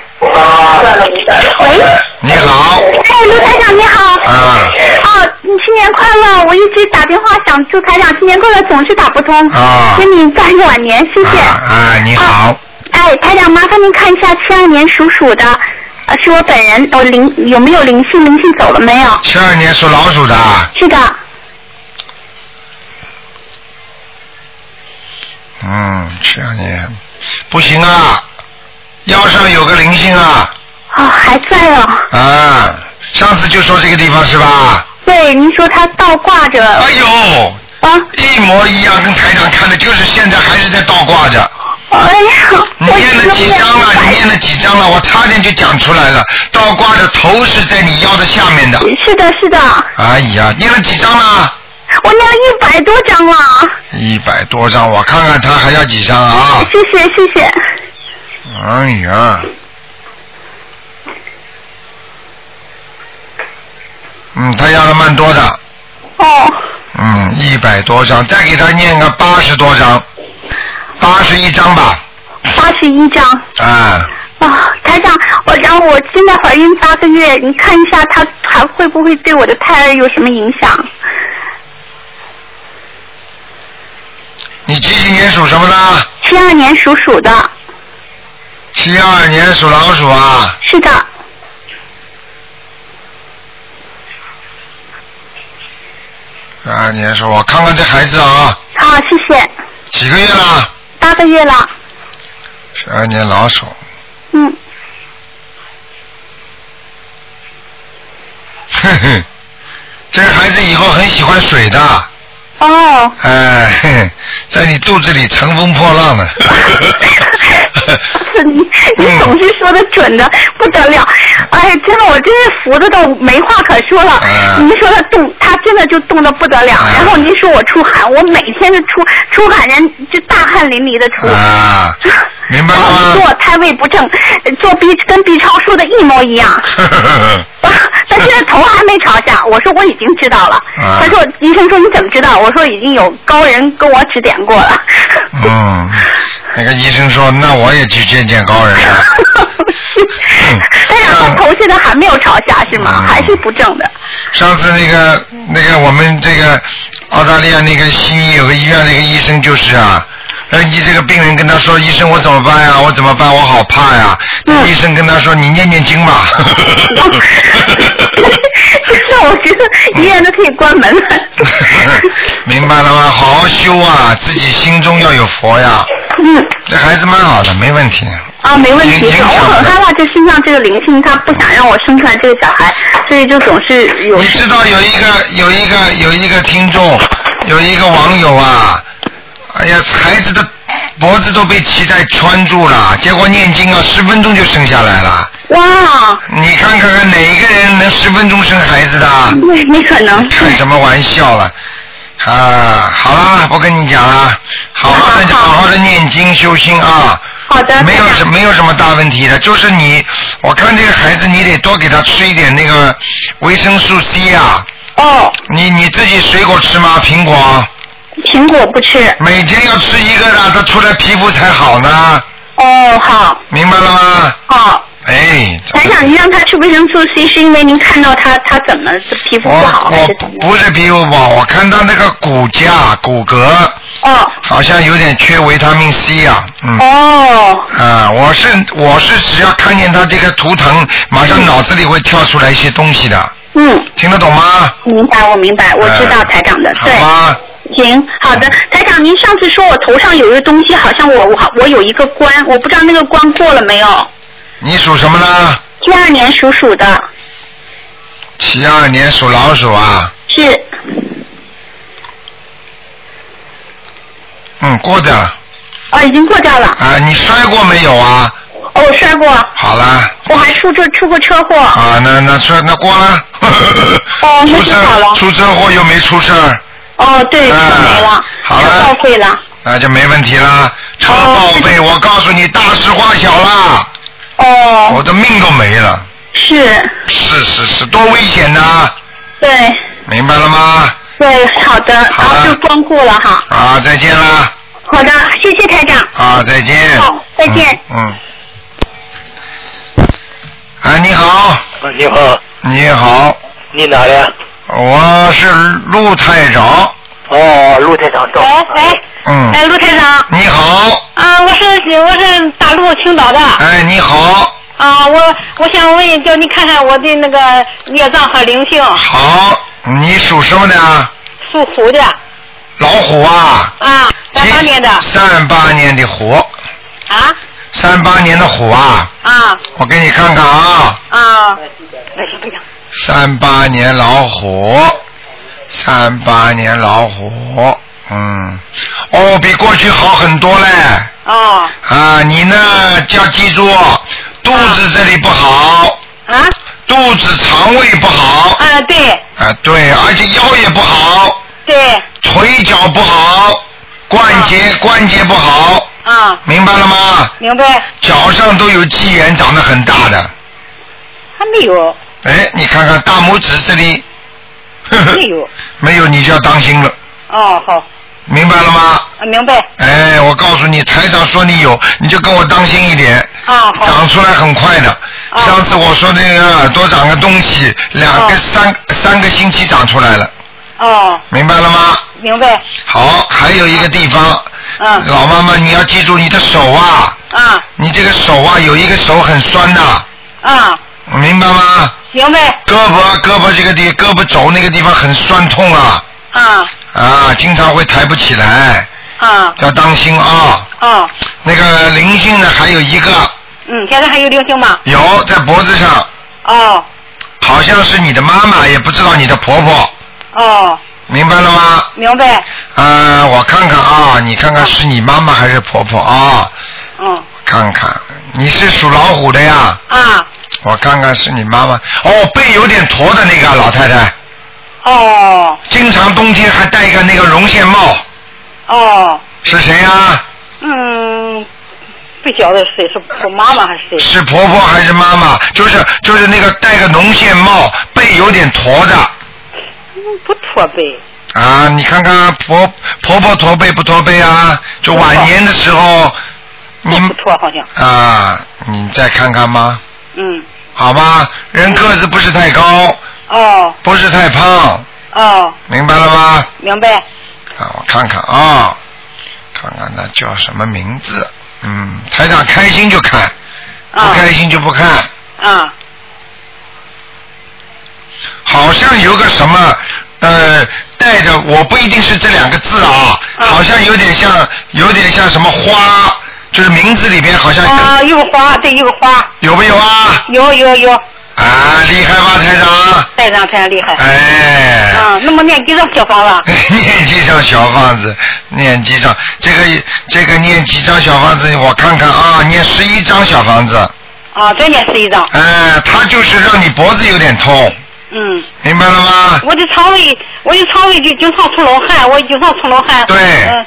[SPEAKER 1] 你好。
[SPEAKER 6] 哎，卢台长你好。
[SPEAKER 1] 啊
[SPEAKER 6] 哦，你新年快乐！我一直打电话想祝台长新年快乐，总是打不通。
[SPEAKER 1] 啊
[SPEAKER 6] 给你拜个晚年，谢谢。
[SPEAKER 1] 啊啊，你好
[SPEAKER 6] 啊。哎，台长，麻烦您看一下七二年属鼠的，呃，是我本人，我灵有没有灵性？灵性走了没有？
[SPEAKER 1] 七二年属老鼠的，
[SPEAKER 6] 是的，哦
[SPEAKER 1] 嗯，七二年，不行啊，腰上有个灵性啊，
[SPEAKER 6] 哦，还在哦。
[SPEAKER 1] 啊，上次就说这个地方是吧？
[SPEAKER 6] 对，您说他倒挂着
[SPEAKER 1] 哎呦，
[SPEAKER 6] 啊？
[SPEAKER 1] 一模一样，跟台长看的就是现在还是在倒挂着。
[SPEAKER 6] 哎呀，
[SPEAKER 1] 你
[SPEAKER 6] 我
[SPEAKER 1] 念了几张了？你念了几张啊了？我差点就讲出来了。倒挂的头是在你腰的下面的。
[SPEAKER 6] 是啊的，是的，
[SPEAKER 1] 哎呀，念了几张了？
[SPEAKER 6] 我念了一百多张了，
[SPEAKER 1] 哦一百多张，我看看他还要几张啊？
[SPEAKER 6] 谢谢谢谢。
[SPEAKER 1] 哎呀，嗯，他要的蛮多的，
[SPEAKER 6] 哦，
[SPEAKER 1] 嗯，一百多张，再给他念个八十多张，八十一张吧，
[SPEAKER 6] 八十一张。
[SPEAKER 1] 啊，
[SPEAKER 6] 啊，台长，我然后我现在怀孕八个月，你看一下她还会不会对我的胎儿有什么影响？
[SPEAKER 1] 你几几年属什么的？
[SPEAKER 6] 七二年属鼠的，
[SPEAKER 1] 七二年属老鼠啊，
[SPEAKER 6] 是的，
[SPEAKER 1] 啊，年属我看看这孩子啊，
[SPEAKER 6] 啊，谢谢，
[SPEAKER 1] 几个月了？
[SPEAKER 6] 八个月了，
[SPEAKER 1] 十二年老鼠，
[SPEAKER 6] 嗯，
[SPEAKER 1] 哼哼，这个孩子以后很喜欢水的。
[SPEAKER 6] 哦，
[SPEAKER 1] 哎， 嘿在你肚子里乘风破浪呢。
[SPEAKER 6] 是你，你总是说的准的不得了，哎，真的我真是服的都没话可说了。
[SPEAKER 1] 嗯
[SPEAKER 6] 您说他动，他真的就动的不得了。
[SPEAKER 1] 嗯
[SPEAKER 6] 然后您说我出汗，我每天是出出汗人，就大汗淋漓的出。
[SPEAKER 1] 啊，明白
[SPEAKER 6] 然
[SPEAKER 1] 了
[SPEAKER 6] 后 你说我
[SPEAKER 1] 吗？
[SPEAKER 6] 胎位不正，呃做 B 跟 B 超说的一模一样。 啊但现在头还没朝下，我说我已经知道了。
[SPEAKER 1] 啊
[SPEAKER 6] 他说医生说你怎么知道？我说已经有高人跟我指点过了。
[SPEAKER 1] 嗯，那个医生说，那我也去见见高人啊了。
[SPEAKER 6] 是，但然后头现在还没有朝下是吗？
[SPEAKER 1] 嗯
[SPEAKER 6] 还是不正的。
[SPEAKER 1] 上次那个那个我们这个澳大利亚那个悉尼有个医院那个医生就是啊，让医这个病人跟他说，医生我怎么办呀？我怎么办？我好怕呀。
[SPEAKER 6] 嗯
[SPEAKER 1] 医生跟他说，你念念经 吧。
[SPEAKER 6] 这我觉得医院都可以关门了。
[SPEAKER 1] 明白了吗？好好修啊，自己心中要有佛呀。
[SPEAKER 6] 嗯
[SPEAKER 1] 这孩子蛮好的，没问题。
[SPEAKER 6] 啊，没问题，
[SPEAKER 1] 影
[SPEAKER 6] 我
[SPEAKER 1] 响
[SPEAKER 6] 很
[SPEAKER 1] 的
[SPEAKER 6] 害怕这身上这个灵性，他不想让我生出来这个小孩，所以就总是有
[SPEAKER 1] 你知道有一个有一个有一个听众，有一个网友啊，哎呀，孩子的脖子都被脐带穿住了，结果念经啊，十分钟就生下来了。
[SPEAKER 6] 哇，
[SPEAKER 1] 你看看看哪一个人能十分钟生孩子的？
[SPEAKER 6] 那那可能
[SPEAKER 1] 开什么玩笑了？啊，好啦，不跟你讲啦，好好的好好的念经修心啊，
[SPEAKER 6] 好的，
[SPEAKER 1] 没有
[SPEAKER 6] 台长
[SPEAKER 1] 什没有什么大问题的，就是你，我看这个孩子你得多给他吃一点那个维生素 C 啊，
[SPEAKER 6] 哦，
[SPEAKER 1] 你你自己水果吃吗？苹果
[SPEAKER 6] 苹果不吃，
[SPEAKER 1] 每天要吃一个的，他出来皮肤才好呢，
[SPEAKER 6] 哦，好，
[SPEAKER 1] 明白了吗？
[SPEAKER 6] 好。
[SPEAKER 1] 哎，这
[SPEAKER 6] 台
[SPEAKER 1] 个
[SPEAKER 6] 长，您让他吃维生素 C 是因为您看到他他怎么是皮肤
[SPEAKER 1] 我
[SPEAKER 6] 不好还
[SPEAKER 1] 我
[SPEAKER 6] 是怎么样？
[SPEAKER 1] 不是皮肤不好，我看他那个骨架骨骼
[SPEAKER 6] 哦
[SPEAKER 1] 好像有点缺维他命 C 啊，嗯。
[SPEAKER 6] 哦
[SPEAKER 1] 啊，我是我是只要看见他这个图腾，马上脑子里会跳出来一些东西的，
[SPEAKER 6] 嗯，
[SPEAKER 1] 听得懂吗？
[SPEAKER 6] 明白我明白，我知道
[SPEAKER 1] 呃
[SPEAKER 6] 台长的，
[SPEAKER 1] 好
[SPEAKER 6] 对。
[SPEAKER 1] 吗？嗯
[SPEAKER 6] 行，好的，台长，您上次说我头上有一个东西，好像我我好我有一个关，我不知道那个关过了没有。
[SPEAKER 1] 你属什么呢？
[SPEAKER 6] 七二年属鼠的，
[SPEAKER 1] 七二年属老鼠啊，
[SPEAKER 6] 是
[SPEAKER 1] 嗯，过掉了
[SPEAKER 6] 哦，已经过掉了。
[SPEAKER 1] 啊，你摔过没有啊？
[SPEAKER 6] 哦，我摔过，
[SPEAKER 1] 好啦，
[SPEAKER 6] 我还出车出过车祸。
[SPEAKER 1] 啊，那那摔那过了，
[SPEAKER 6] 哦那
[SPEAKER 1] 出
[SPEAKER 6] 就好
[SPEAKER 1] 车
[SPEAKER 6] 了
[SPEAKER 1] 出车祸又没出事儿，
[SPEAKER 6] 哦，对，车没了
[SPEAKER 1] 啊，好
[SPEAKER 6] 车
[SPEAKER 1] 了
[SPEAKER 6] 报废了。
[SPEAKER 1] 那就没问题啦。车报废，我告诉你，大事化小啦，
[SPEAKER 6] 哦，
[SPEAKER 1] 我的命都没了，
[SPEAKER 6] 是，
[SPEAKER 1] 是是是，多危险呐、
[SPEAKER 6] 对
[SPEAKER 1] 明白了吗？
[SPEAKER 6] 对，好的，然
[SPEAKER 1] 好了
[SPEAKER 6] 后就光顾了哈。
[SPEAKER 1] 啊，再见啦！
[SPEAKER 6] 好的，谢谢台长。
[SPEAKER 1] 啊，再见。
[SPEAKER 6] 好哦再见
[SPEAKER 1] 嗯。嗯哎，你好，
[SPEAKER 9] 啊，你好，
[SPEAKER 1] 你好，
[SPEAKER 9] 你哪啊的？
[SPEAKER 1] 我是陆太长。
[SPEAKER 9] 哦，陆台长到。
[SPEAKER 5] 喂喂，
[SPEAKER 1] 嗯，
[SPEAKER 5] 哎，陆台长，
[SPEAKER 1] 你好，
[SPEAKER 5] 啊，我是我是大陆青岛的，
[SPEAKER 1] 哎，你好，
[SPEAKER 5] 啊，我我想问，叫你看看我的那个业障和灵性，
[SPEAKER 1] 好，你属什么的啊？
[SPEAKER 5] 属虎的，
[SPEAKER 1] 老虎啊？
[SPEAKER 5] 啊，三八年的，
[SPEAKER 1] 三八年的虎，
[SPEAKER 5] 啊
[SPEAKER 1] 三八年的虎啊！
[SPEAKER 5] 啊
[SPEAKER 1] 我给你看看啊，
[SPEAKER 5] 啊，
[SPEAKER 1] 三八年老虎，三八年老虎，嗯，哦，比过去好很多嘞。
[SPEAKER 5] 哦，
[SPEAKER 1] 啊，你呢就要记住，肚子这里不好，
[SPEAKER 5] 啊，
[SPEAKER 1] 肚子肠胃不好，
[SPEAKER 5] 啊，对
[SPEAKER 1] 啊对，而且腰也不好，
[SPEAKER 5] 对，哦
[SPEAKER 1] 腿脚不好，关节关节不好，
[SPEAKER 5] 啊，
[SPEAKER 1] 明白了吗？
[SPEAKER 5] 明白，
[SPEAKER 1] 脚上都有鸡眼，长得很大的，
[SPEAKER 5] 还没有，哦
[SPEAKER 1] 哎，你看看大拇指这里，呵呵
[SPEAKER 5] 没，有，
[SPEAKER 1] 没有你就要当心了，
[SPEAKER 5] 哦，好，
[SPEAKER 1] 明白了吗？
[SPEAKER 5] 啊明白，
[SPEAKER 1] 哎，我告诉你，台长说你有，你就跟我当心一点。
[SPEAKER 5] 啊，好，
[SPEAKER 1] 长出来很快的。
[SPEAKER 5] 哦
[SPEAKER 1] 上次我说那个耳朵长个东西，两个、
[SPEAKER 5] 哦
[SPEAKER 1] 三三个星期长出来了，
[SPEAKER 5] 哦，
[SPEAKER 1] 明白了吗？
[SPEAKER 5] 明白，
[SPEAKER 1] 好，还有一个地方，
[SPEAKER 5] 嗯，
[SPEAKER 1] 老妈妈你要记住你的手啊，
[SPEAKER 5] 啊
[SPEAKER 1] 你这个手啊有一个手很酸的，
[SPEAKER 5] 啊，
[SPEAKER 1] 明白吗？
[SPEAKER 5] 明白，
[SPEAKER 1] 胳膊胳膊这个地胳膊肘那个地方很酸痛啊
[SPEAKER 5] 啊
[SPEAKER 1] 啊，经常会抬不起来，
[SPEAKER 5] 啊
[SPEAKER 1] 要当心啊。
[SPEAKER 5] 啊，
[SPEAKER 1] 那个灵性呢还有一个
[SPEAKER 5] 嗯，现在还有灵性吗？
[SPEAKER 1] 有在脖子上，
[SPEAKER 5] 哦
[SPEAKER 1] 好像是你的妈妈，也不知道你的婆婆。
[SPEAKER 5] 哦，
[SPEAKER 1] 明白了吗？
[SPEAKER 5] 明白，
[SPEAKER 1] 呃，我看看啊，你看看是你妈妈还是婆婆啊？
[SPEAKER 5] 嗯
[SPEAKER 1] 看看，你是属老虎的呀？
[SPEAKER 5] 啊，
[SPEAKER 1] 我看看是你妈妈。哦，背有点驼的那个老太太，
[SPEAKER 5] 哦
[SPEAKER 1] 经常冬天还戴一个那个绒线帽，
[SPEAKER 5] 哦，
[SPEAKER 1] 是谁啊呀、
[SPEAKER 5] 嗯，不晓得谁是我妈妈还是谁？
[SPEAKER 1] 是婆婆还是妈妈？就是就是那个戴个绒线帽，背有点驼的
[SPEAKER 5] 嗯不驼背，
[SPEAKER 1] 啊！你看看婆婆婆驼背不驼背啊？就晚年的时候，你
[SPEAKER 5] 不驼好像，
[SPEAKER 1] 啊，你再看看吗？
[SPEAKER 5] 嗯，
[SPEAKER 1] 好吗？人个子不是太高，
[SPEAKER 5] 哦
[SPEAKER 1] 不是太胖，
[SPEAKER 5] 哦，
[SPEAKER 1] 明白了吗？
[SPEAKER 5] 明白，
[SPEAKER 1] 啊，我看看啊，看看他叫什么名字。嗯，台长开心就看，不
[SPEAKER 5] 啊
[SPEAKER 1] 开心就不看。
[SPEAKER 5] 啊
[SPEAKER 1] 好像有个什么，呃，带着我不一定是这两个字啊，
[SPEAKER 5] 啊
[SPEAKER 1] 好像有点像，有点像什么花，就是名字里边好像有、
[SPEAKER 5] 啊，有个花，对，有个花，
[SPEAKER 1] 有没有啊？
[SPEAKER 5] 有有有，
[SPEAKER 1] 啊，厉害吧，台长？
[SPEAKER 5] 太长太厉害，
[SPEAKER 1] 哎。
[SPEAKER 5] 啊，那么念几张小方了？
[SPEAKER 1] 念几张小房子，念几张，这个这个念几张小房子，我看看啊，念十一张小房子，
[SPEAKER 2] 啊，这也是一张。
[SPEAKER 1] 哎，它就是让你脖子有点痛，
[SPEAKER 2] 嗯。
[SPEAKER 1] 明白了吗？
[SPEAKER 2] 我的肠胃，我的肠胃就经常出老汗，我经常出老汗。
[SPEAKER 1] 对
[SPEAKER 2] 嗯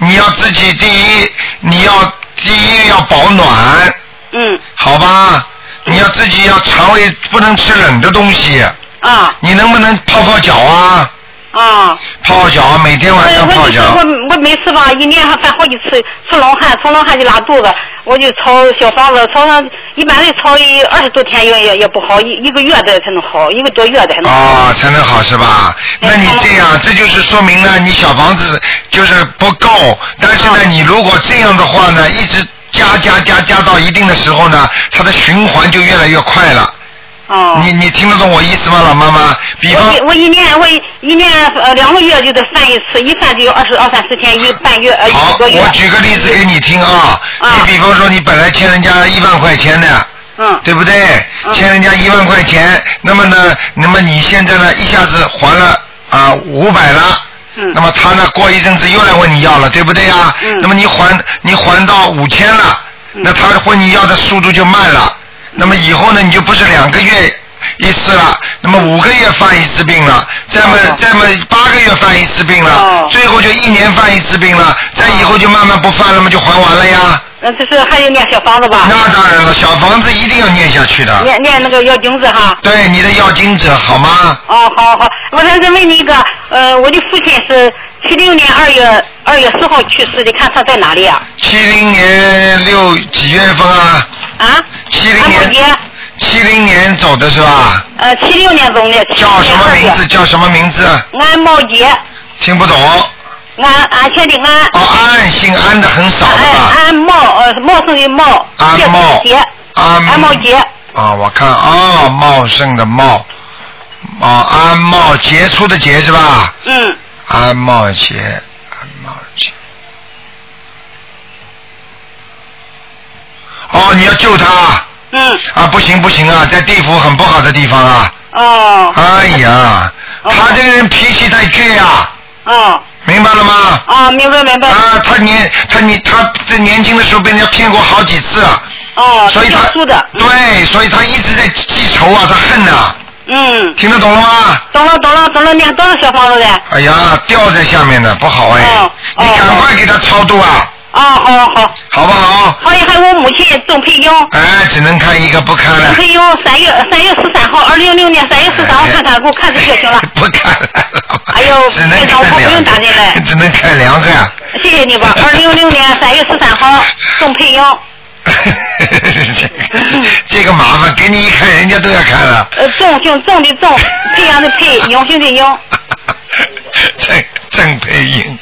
[SPEAKER 1] 你要自己第一，你要第一要保暖，
[SPEAKER 2] 嗯，
[SPEAKER 1] 好吧？你要自己要肠胃不能吃冷的东西，
[SPEAKER 2] 啊
[SPEAKER 1] 你能不能泡泡脚啊？
[SPEAKER 2] 啊。
[SPEAKER 1] 泡脚，哦每天晚
[SPEAKER 2] 我
[SPEAKER 1] 上
[SPEAKER 2] 我
[SPEAKER 1] 泡
[SPEAKER 2] 就是
[SPEAKER 1] 脚。
[SPEAKER 2] 我我每次吧，一年还犯好几次出老汗，出老汗就拉肚子，我就炒小房子，炒上一般的炒一二十多天也也也不好，一一个月的才能好，一个多月的才能好。
[SPEAKER 1] 哦，才能好是吧？那你这样，这就是说明了你小房子就是不够。但是呢，你如果这样的话呢，一直加加加加到一定的时候呢，它的循环就越来越快了。
[SPEAKER 2] 哦。
[SPEAKER 1] 你你听得懂我意思吗，老妈妈？比方
[SPEAKER 2] 我一我一年我一一年呃两个月就得犯一次，一犯就有二十二三十天，一个半月呃一个月。
[SPEAKER 1] 我举个例子给你听啊，你比方说你本来欠人家一万块钱的，
[SPEAKER 2] 嗯，
[SPEAKER 1] 对不对？欠人家一万块钱，那么呢，那么你现在呢一下子还了啊五百了。
[SPEAKER 2] 嗯
[SPEAKER 1] 那么他呢，过一阵子又来问你要了，对不对呀？那么你还你还到五千了，
[SPEAKER 2] 嗯
[SPEAKER 1] 那他问你要的速度就慢了。那么以后呢，你就不是两个月一次了，那么五个月犯一次病了，再么
[SPEAKER 2] 哦
[SPEAKER 1] 再么八个月犯一次病了，最后就一年犯一次病了，再以后就慢慢不犯了嘛，就还完了呀。
[SPEAKER 2] 那就是还有念小房子吧？
[SPEAKER 1] 那当然了，小房子一定要念下去的。
[SPEAKER 2] 念念那个药精子哈。
[SPEAKER 1] 对你的要经者好吗？
[SPEAKER 2] 哦，好好，我再问你一个，呃，我的父亲是七六年二月二月四号去世的，看他在哪里啊？
[SPEAKER 1] 七零年六几月份啊？
[SPEAKER 2] 啊？
[SPEAKER 1] 七零年。七零年走的是吧？
[SPEAKER 2] 呃，七六年走的，七
[SPEAKER 1] 叫
[SPEAKER 2] 六
[SPEAKER 1] 什
[SPEAKER 2] 年
[SPEAKER 1] 么
[SPEAKER 2] 二
[SPEAKER 1] 名
[SPEAKER 2] 月。
[SPEAKER 1] 字？叫什么名字？
[SPEAKER 2] 安茂杰，
[SPEAKER 1] 听不懂。
[SPEAKER 2] 安安全的安。
[SPEAKER 1] 哦，安姓安的很少的吧？
[SPEAKER 2] 安茂呃茂盛的茂，
[SPEAKER 1] 安茂
[SPEAKER 2] 杰，
[SPEAKER 1] 安
[SPEAKER 2] 安茂杰，
[SPEAKER 1] 啊，我看啊、茂盛的茂，啊，安茂杰出的杰是吧？
[SPEAKER 2] 嗯，
[SPEAKER 1] 安茂杰，安茂杰。哦，你要救他。
[SPEAKER 2] 嗯。
[SPEAKER 1] 啊，不行不行啊，在地府很不好的地方啊。
[SPEAKER 2] 哦。
[SPEAKER 1] 哎呀，他这个人脾气太倔呀、
[SPEAKER 2] 哦。
[SPEAKER 1] 明白了吗？
[SPEAKER 2] 啊，明白明白。
[SPEAKER 1] 啊，他年他年他在年轻的时候被人家骗过好几次了。
[SPEAKER 2] 哦，
[SPEAKER 1] 所以他对，所以他一直在记仇啊，他恨呐、
[SPEAKER 2] 嗯。
[SPEAKER 1] 听得懂了吗？
[SPEAKER 2] 懂了懂了懂了，念多少小房子嘞？
[SPEAKER 1] 哎呀，掉在下面的不好哎，
[SPEAKER 2] 哦
[SPEAKER 1] 你赶快给他超度啊，
[SPEAKER 2] 啊，好好。
[SPEAKER 1] 好不好？
[SPEAKER 2] 好像还有我母亲郑佩英，
[SPEAKER 1] 哎，只能看一个不看
[SPEAKER 2] 郑
[SPEAKER 1] 了，
[SPEAKER 2] 佩英哎三月三月十三号，二零零六年三月十三号，看看给我看这就行了。
[SPEAKER 1] 哎 不看了，
[SPEAKER 2] 哎呦，
[SPEAKER 1] 只能
[SPEAKER 2] 院长，我
[SPEAKER 1] 看
[SPEAKER 2] 不用
[SPEAKER 1] 两
[SPEAKER 2] 打进来，
[SPEAKER 1] 个，只能看两个呀。
[SPEAKER 2] 谢谢你吧。二零零六年三月十三号，郑佩英，
[SPEAKER 1] 这个麻烦，给你一看，人家都要看了，
[SPEAKER 2] 呃，郑姓郑的郑，佩阳的 佩，英雄的英。
[SPEAKER 1] 郑郑培英，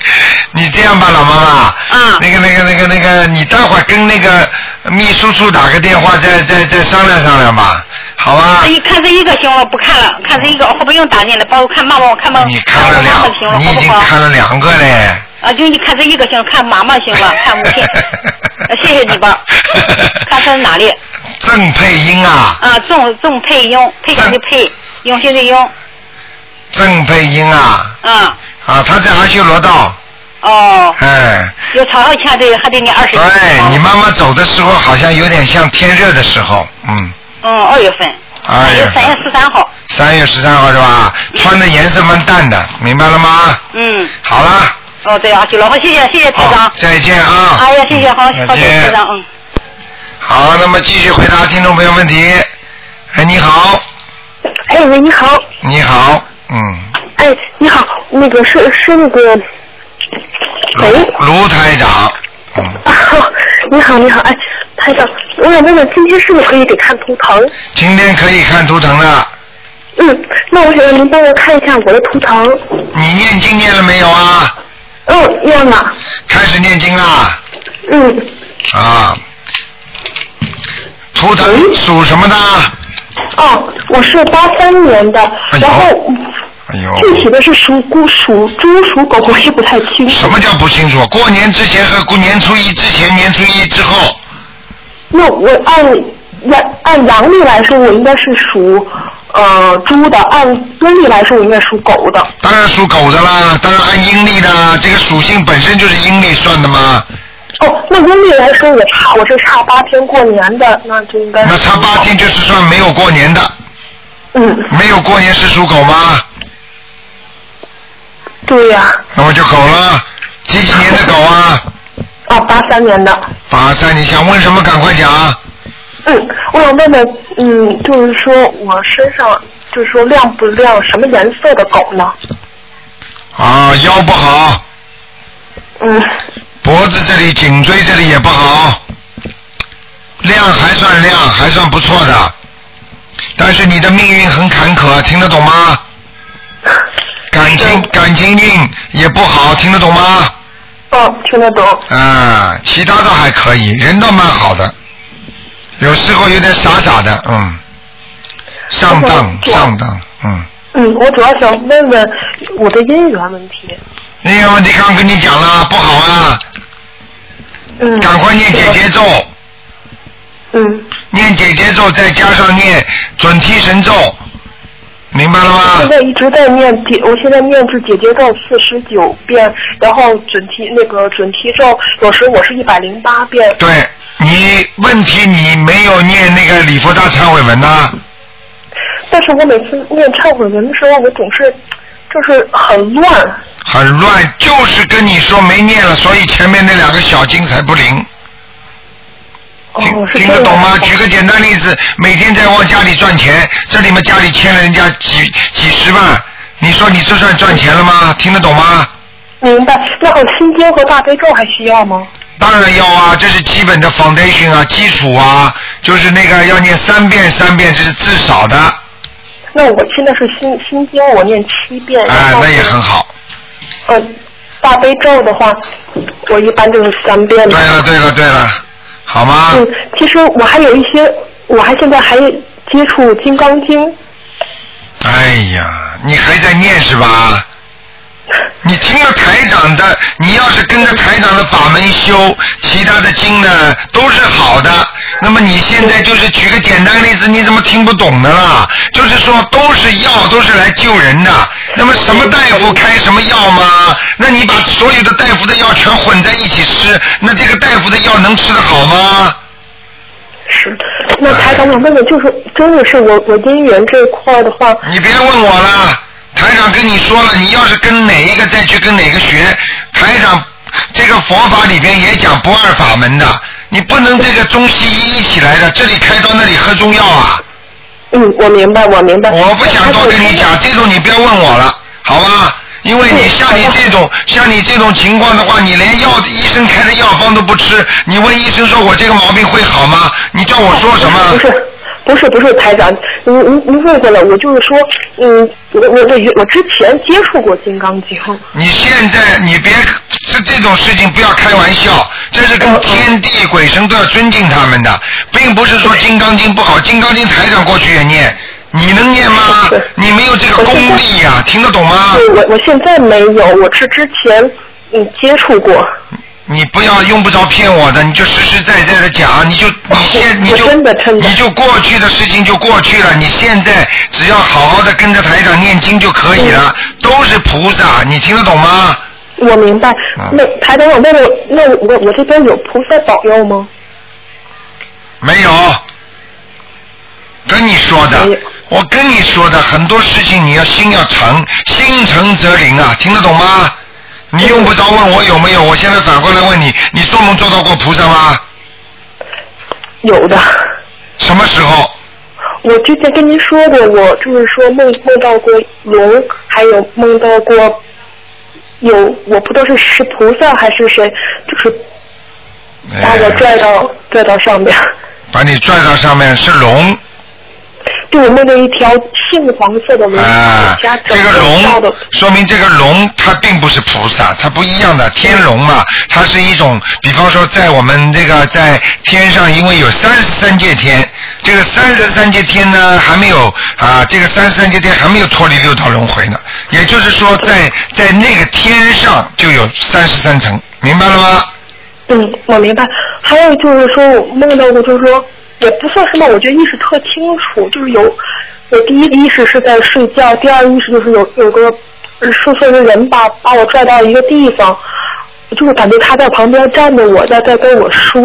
[SPEAKER 1] 你这样吧，老妈妈，
[SPEAKER 2] 嗯
[SPEAKER 1] 那个那个那个那个，你待会儿跟那个秘书处打个电话，再再再商量商量吧，好啊吧？
[SPEAKER 2] 哎，看这一个行了，不看了，看这一个，我哦不用打进来，帮我看妈妈，我看妈妈，
[SPEAKER 1] 你看了
[SPEAKER 2] 妈妈行了，
[SPEAKER 1] 两，你
[SPEAKER 2] 好
[SPEAKER 1] 已
[SPEAKER 2] 不
[SPEAKER 1] 经
[SPEAKER 2] 好？
[SPEAKER 1] 看了两个嘞。
[SPEAKER 2] 啊，就你看这一个行，看妈妈行 了，看母亲，呃谢谢你吧。看他是哪里？
[SPEAKER 1] 郑佩英啊，
[SPEAKER 2] 啊，郑郑佩英，佩英的佩，英雄的英，
[SPEAKER 1] 郑佩英啊，
[SPEAKER 2] 啊，
[SPEAKER 1] 啊，她在阿修罗道，
[SPEAKER 2] 哦，
[SPEAKER 1] 哎，
[SPEAKER 2] 有朝要钱得还得你二十。
[SPEAKER 1] 对你妈妈走的时候好像有点像天热的时候，嗯，
[SPEAKER 2] 嗯，二月份，
[SPEAKER 1] 哎呀，
[SPEAKER 2] 三月十三号，
[SPEAKER 1] 三月十三号是吧？穿的颜色蛮淡的，明白了吗？
[SPEAKER 2] 嗯，
[SPEAKER 1] 好啦，
[SPEAKER 2] 哦对啊，九了，好，谢谢谢谢台长。
[SPEAKER 1] 再见啊！
[SPEAKER 2] 哎呀，谢谢，好，
[SPEAKER 1] 再
[SPEAKER 2] 好，谢谢台
[SPEAKER 1] 见。
[SPEAKER 2] 长，嗯。
[SPEAKER 1] 好，那么继续回答听众朋友问题。哎，你好，
[SPEAKER 10] 哎喂，你好，
[SPEAKER 1] 你好，嗯，
[SPEAKER 10] 哎你好，那个是是那
[SPEAKER 1] 啊
[SPEAKER 10] 个，喂，
[SPEAKER 1] 卢台长，
[SPEAKER 10] 啊、 你好你好，哎，台长，我想问问今天是不是可以给看图腾？
[SPEAKER 1] 今天可以看图腾了。
[SPEAKER 10] 嗯，那我想让您帮我看一下我的图腾。
[SPEAKER 1] 你念经念了没有啊？
[SPEAKER 10] 嗯，念了。
[SPEAKER 1] 开始念经啦。
[SPEAKER 10] 嗯。
[SPEAKER 1] 啊。图腾属什么的？
[SPEAKER 10] 哦，我是八三年的，然后
[SPEAKER 1] 哎呦，
[SPEAKER 10] 具体的是属狗、属猪、属狗，我也不太清楚。
[SPEAKER 1] 什么叫不清楚？过年之前和过年初一之前、年初一之后，
[SPEAKER 10] 那我按阳按阳历来说，我应该是属呃猪的；按阴历来说，我应该属狗的。
[SPEAKER 1] 当然属狗的啦，当然按阴历的，这个属性本身就是阴历算的嘛。
[SPEAKER 10] 哦，那阴历来说也差，我这差八天过年的，那就应该
[SPEAKER 1] 那差八天就是算没有过年的。
[SPEAKER 10] 嗯。
[SPEAKER 1] 没有过年是属狗吗？
[SPEAKER 10] 对呀、
[SPEAKER 1] 那我就狗了。几几年的狗啊？
[SPEAKER 10] 哦，八三年的。
[SPEAKER 1] 八三，你想问什么？赶快讲。
[SPEAKER 10] 嗯，我想问问，嗯，就是说我身上，就是说亮不亮，什么颜色的狗呢？
[SPEAKER 1] 啊，腰不好，
[SPEAKER 10] 嗯，
[SPEAKER 1] 脖子这里、颈椎这里也不好，亮还算亮，还算不错的，但是你的命运很坎坷，听得懂 吗？感情
[SPEAKER 10] 嗯
[SPEAKER 1] 感情运也不好，听得懂吗？
[SPEAKER 10] 哦，听得懂。
[SPEAKER 1] 啊，其他倒还可以，人倒蛮好的，有时候有点傻傻的，嗯，上当上当，嗯。
[SPEAKER 10] 嗯，我主要想问问我的姻缘问题。
[SPEAKER 1] 那个问题刚跟你讲了，不好啊。
[SPEAKER 10] 嗯。
[SPEAKER 1] 赶快念解结咒。
[SPEAKER 10] 嗯。
[SPEAKER 1] 念解结咒，再加上念准提神咒，明白了
[SPEAKER 10] 我现
[SPEAKER 1] 吗？
[SPEAKER 10] 在一直在念解，我现在念是姐姐咒四十九遍，然后准提那个准提咒，有时我是一百零八遍。
[SPEAKER 1] 对，你问题你没有念那个礼佛大忏悔文呐、
[SPEAKER 10] 但是我每次念忏悔文的时候，我总是就是很乱。
[SPEAKER 1] 很乱，就是跟你说没念了，所以前面那两个小经才不灵。听听得懂吗？举个简单例子，每天在往家里赚钱，这里面家里欠了人家几几十万，你说你这算赚钱了吗？听得懂吗？
[SPEAKER 10] 明白。那我心经和大悲咒还需要吗？
[SPEAKER 1] 当然要啊，这是基本的 foundation 啊，基础啊，就是那个要念三遍三遍，这是至少的，
[SPEAKER 10] 那我现在是心心经，我念七遍，然
[SPEAKER 1] 哎，
[SPEAKER 10] 后
[SPEAKER 1] 那也很好。
[SPEAKER 10] 呃大悲咒的话，我一般就是三遍吧。
[SPEAKER 1] 对了对了对了，好吗？
[SPEAKER 10] 嗯，其实我还有一些，我还现在还接触《金刚经》。
[SPEAKER 1] 哎呀，你还在念是吧？你听了台长的，你要是跟着台长的法门修，其他的经呢都是好的。那么你现在就是举个简单例子，你怎么听不懂的啦？就是说都是药，都是来救人的。那么什么大夫开什么药吗？那你把所有的大夫的药全混在一起吃，那这个大夫的药能吃得好吗？
[SPEAKER 10] 是，那台长想问问，就是真的是我我姻缘这一块的话，
[SPEAKER 1] 你别问我了，台长跟你说了，你要是跟哪一个再去跟哪个学，台长这个佛法里边也讲不二法门的，你不能这个中西医一起来的，这里开刀那里喝中药啊。
[SPEAKER 10] 嗯，我明白，我明白。
[SPEAKER 1] 我不想多跟你讲，这种你不要问我了，好吧？因为你像你这
[SPEAKER 10] 嗯
[SPEAKER 1] 种像你这种情况的话，你连药医生开的药方都不吃，你问医生说我这个毛病会好吗？你叫我说什么？
[SPEAKER 10] 不是不是不是台长，您您您误会了，我就是说，嗯，我我我我之前接触过《金刚经》，
[SPEAKER 1] 你现在你别这这种事情不要开玩笑，这是跟天地鬼神都要尊敬他们的，并不是说《金刚经》不好，《金刚经》台长过去也念，你能念吗？你没有这个功力呀、听得懂吗？
[SPEAKER 10] 对，我我现在没有，我是之前嗯接触过，
[SPEAKER 1] 你不要用不着骗我的，你就实实在在的讲，你就
[SPEAKER 10] 啊
[SPEAKER 1] 你现你就你就过去的事情就过去了，你现在只要好好的跟着台长念经就可以了，都是菩萨，你听得懂吗？
[SPEAKER 10] 我明白。
[SPEAKER 1] 啊
[SPEAKER 10] 那台长，我问问，那我我这边有菩萨保佑吗？
[SPEAKER 1] 没有，跟你说的，我跟你说的很多事情，你要心要诚，心诚则灵啊，听得懂吗？你用不着问我有没有，我现在反过来问你，你做梦做到过菩萨吗？
[SPEAKER 10] 有的。
[SPEAKER 1] 什么时候？
[SPEAKER 10] 我之前跟您说过，我就是说梦梦到过龙，还有梦到过有，我不知道是是菩萨还是谁，就是把我拽到拽到上面。
[SPEAKER 1] 把你拽到上面是龙，
[SPEAKER 10] 就我梦见一条杏黄色的龙，
[SPEAKER 1] 啊
[SPEAKER 10] 加
[SPEAKER 1] 这个龙说明这个龙它并不是菩萨，它不一样的天龙嘛，它是一种，比方说在我们这个在天上，因为有三十三界天，这个三十三界天呢还没有啊，这个三十三界天还没有脱离六道轮回呢，也就是说在在那个天上就有三十三层，明白了吗？
[SPEAKER 10] 嗯，我明白。还有就是说，我梦到过，就是说也不算什么，我觉得意识特清楚，就是有我第一个意识是在睡觉，第二个意识就是有有个呃说说一个人吧，把我拽到一个地方，就是感觉他在旁边站着我，在在跟我说，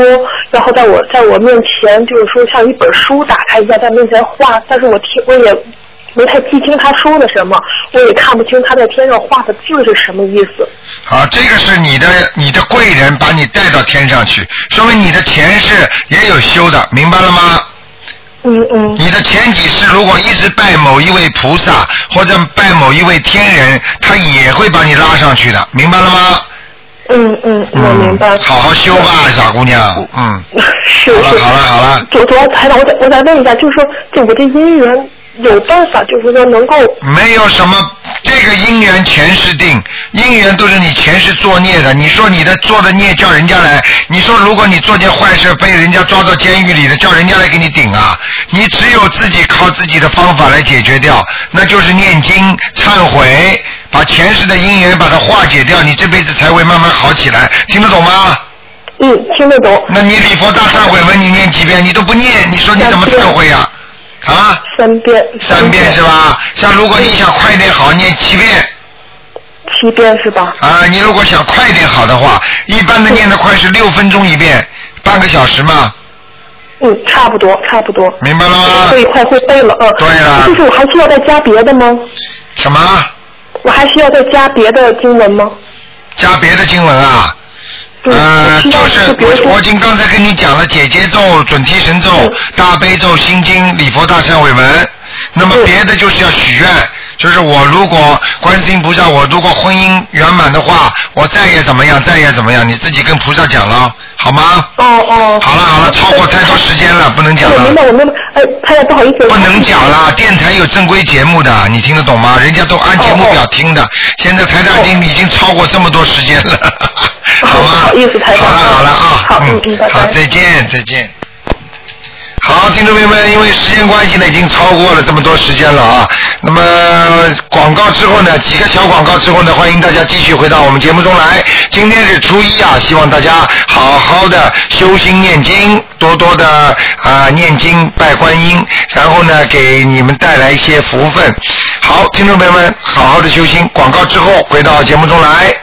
[SPEAKER 10] 然后在我在我面前就是说像一本书打开一样在面前画，但是我听我也没太记清他说的什么，我也看不清他在天上画的字是什么意思。
[SPEAKER 1] 好，这个是你的你的贵人把你带到天上去，说明你的前世也有修的，明白了吗？
[SPEAKER 10] 嗯嗯。
[SPEAKER 1] 你的前几世如果一直拜某一位菩萨或者拜某一位天人，他也会把你拉上去的，明白了吗？
[SPEAKER 10] 嗯嗯，我明白。
[SPEAKER 1] 好好修吧，傻姑娘。嗯，
[SPEAKER 10] 是
[SPEAKER 1] 好
[SPEAKER 10] 是。
[SPEAKER 1] 了好了好了，
[SPEAKER 10] 主主要台长，我再我再问一下，就是说，就我这姻缘有办法，就是说能够
[SPEAKER 1] 没有什么这个因缘前世定，因缘都是你前世作孽的。你说你的做的孽叫人家来，你说如果你做件坏事被人家抓到监狱里了，叫人家来给你顶啊。你只有自己靠自己的方法来解决掉，那就是念经忏悔，把前世的因缘把它化解掉，你这辈子才会慢慢好起来。听得懂吗？
[SPEAKER 10] 嗯，听得懂。
[SPEAKER 1] 那你礼佛大忏悔文你念几遍？你都不念，你说你怎么忏悔呀、啊？
[SPEAKER 10] 三遍。
[SPEAKER 1] 三遍是吧？像如果你想快点好，念七遍。
[SPEAKER 10] 七遍是吧？
[SPEAKER 1] 啊，你如果想快点好的话，一般的念得快是六分钟一遍，半个小时嘛。
[SPEAKER 10] 嗯，差不多差不多。
[SPEAKER 1] 明白了吗？
[SPEAKER 10] 所以快会背了，嗯。
[SPEAKER 1] 对了
[SPEAKER 10] 就是我还需要再加别的吗？
[SPEAKER 1] 什么？
[SPEAKER 10] 我还需要再加别的经文吗？
[SPEAKER 1] 加别的经文啊？呃，就是我我已经刚才跟你讲了，姐姐咒、准提神咒、大悲咒、心经、礼佛大忏悔文。那么别的就是要许愿，就是我如果观世音菩萨，我如果婚姻圆满的话，我再也怎么样，再也怎么样，你自己跟菩萨讲了，好吗？
[SPEAKER 10] 哦哦。
[SPEAKER 1] 好了好了，超过太多时间了，不能讲
[SPEAKER 10] 我
[SPEAKER 1] 了
[SPEAKER 10] 明。白，我明白。哎，太太不好意思。
[SPEAKER 1] 不能讲啦，电台有正规节目的，你听得懂吗？人家都按节
[SPEAKER 10] 哦
[SPEAKER 1] 目表听的。现在台长已经已经超过这么多时间了，好吗？不好
[SPEAKER 10] 意思，台
[SPEAKER 1] 长。好了好了啊，好，嗯嗯，好，再见再见。好，听众朋友们，因为时间关系呢，已经超过了这么多时间了啊。那么广告之后呢，几个小广告之后呢，欢迎大家继续回到我们节目中来。今天是初一啊，希望大家好好的修心念经，多多的啊、念经拜观音，然后呢给你们带来一些福分。好，听众朋友们，好好的修心。广告之后回到节目中来。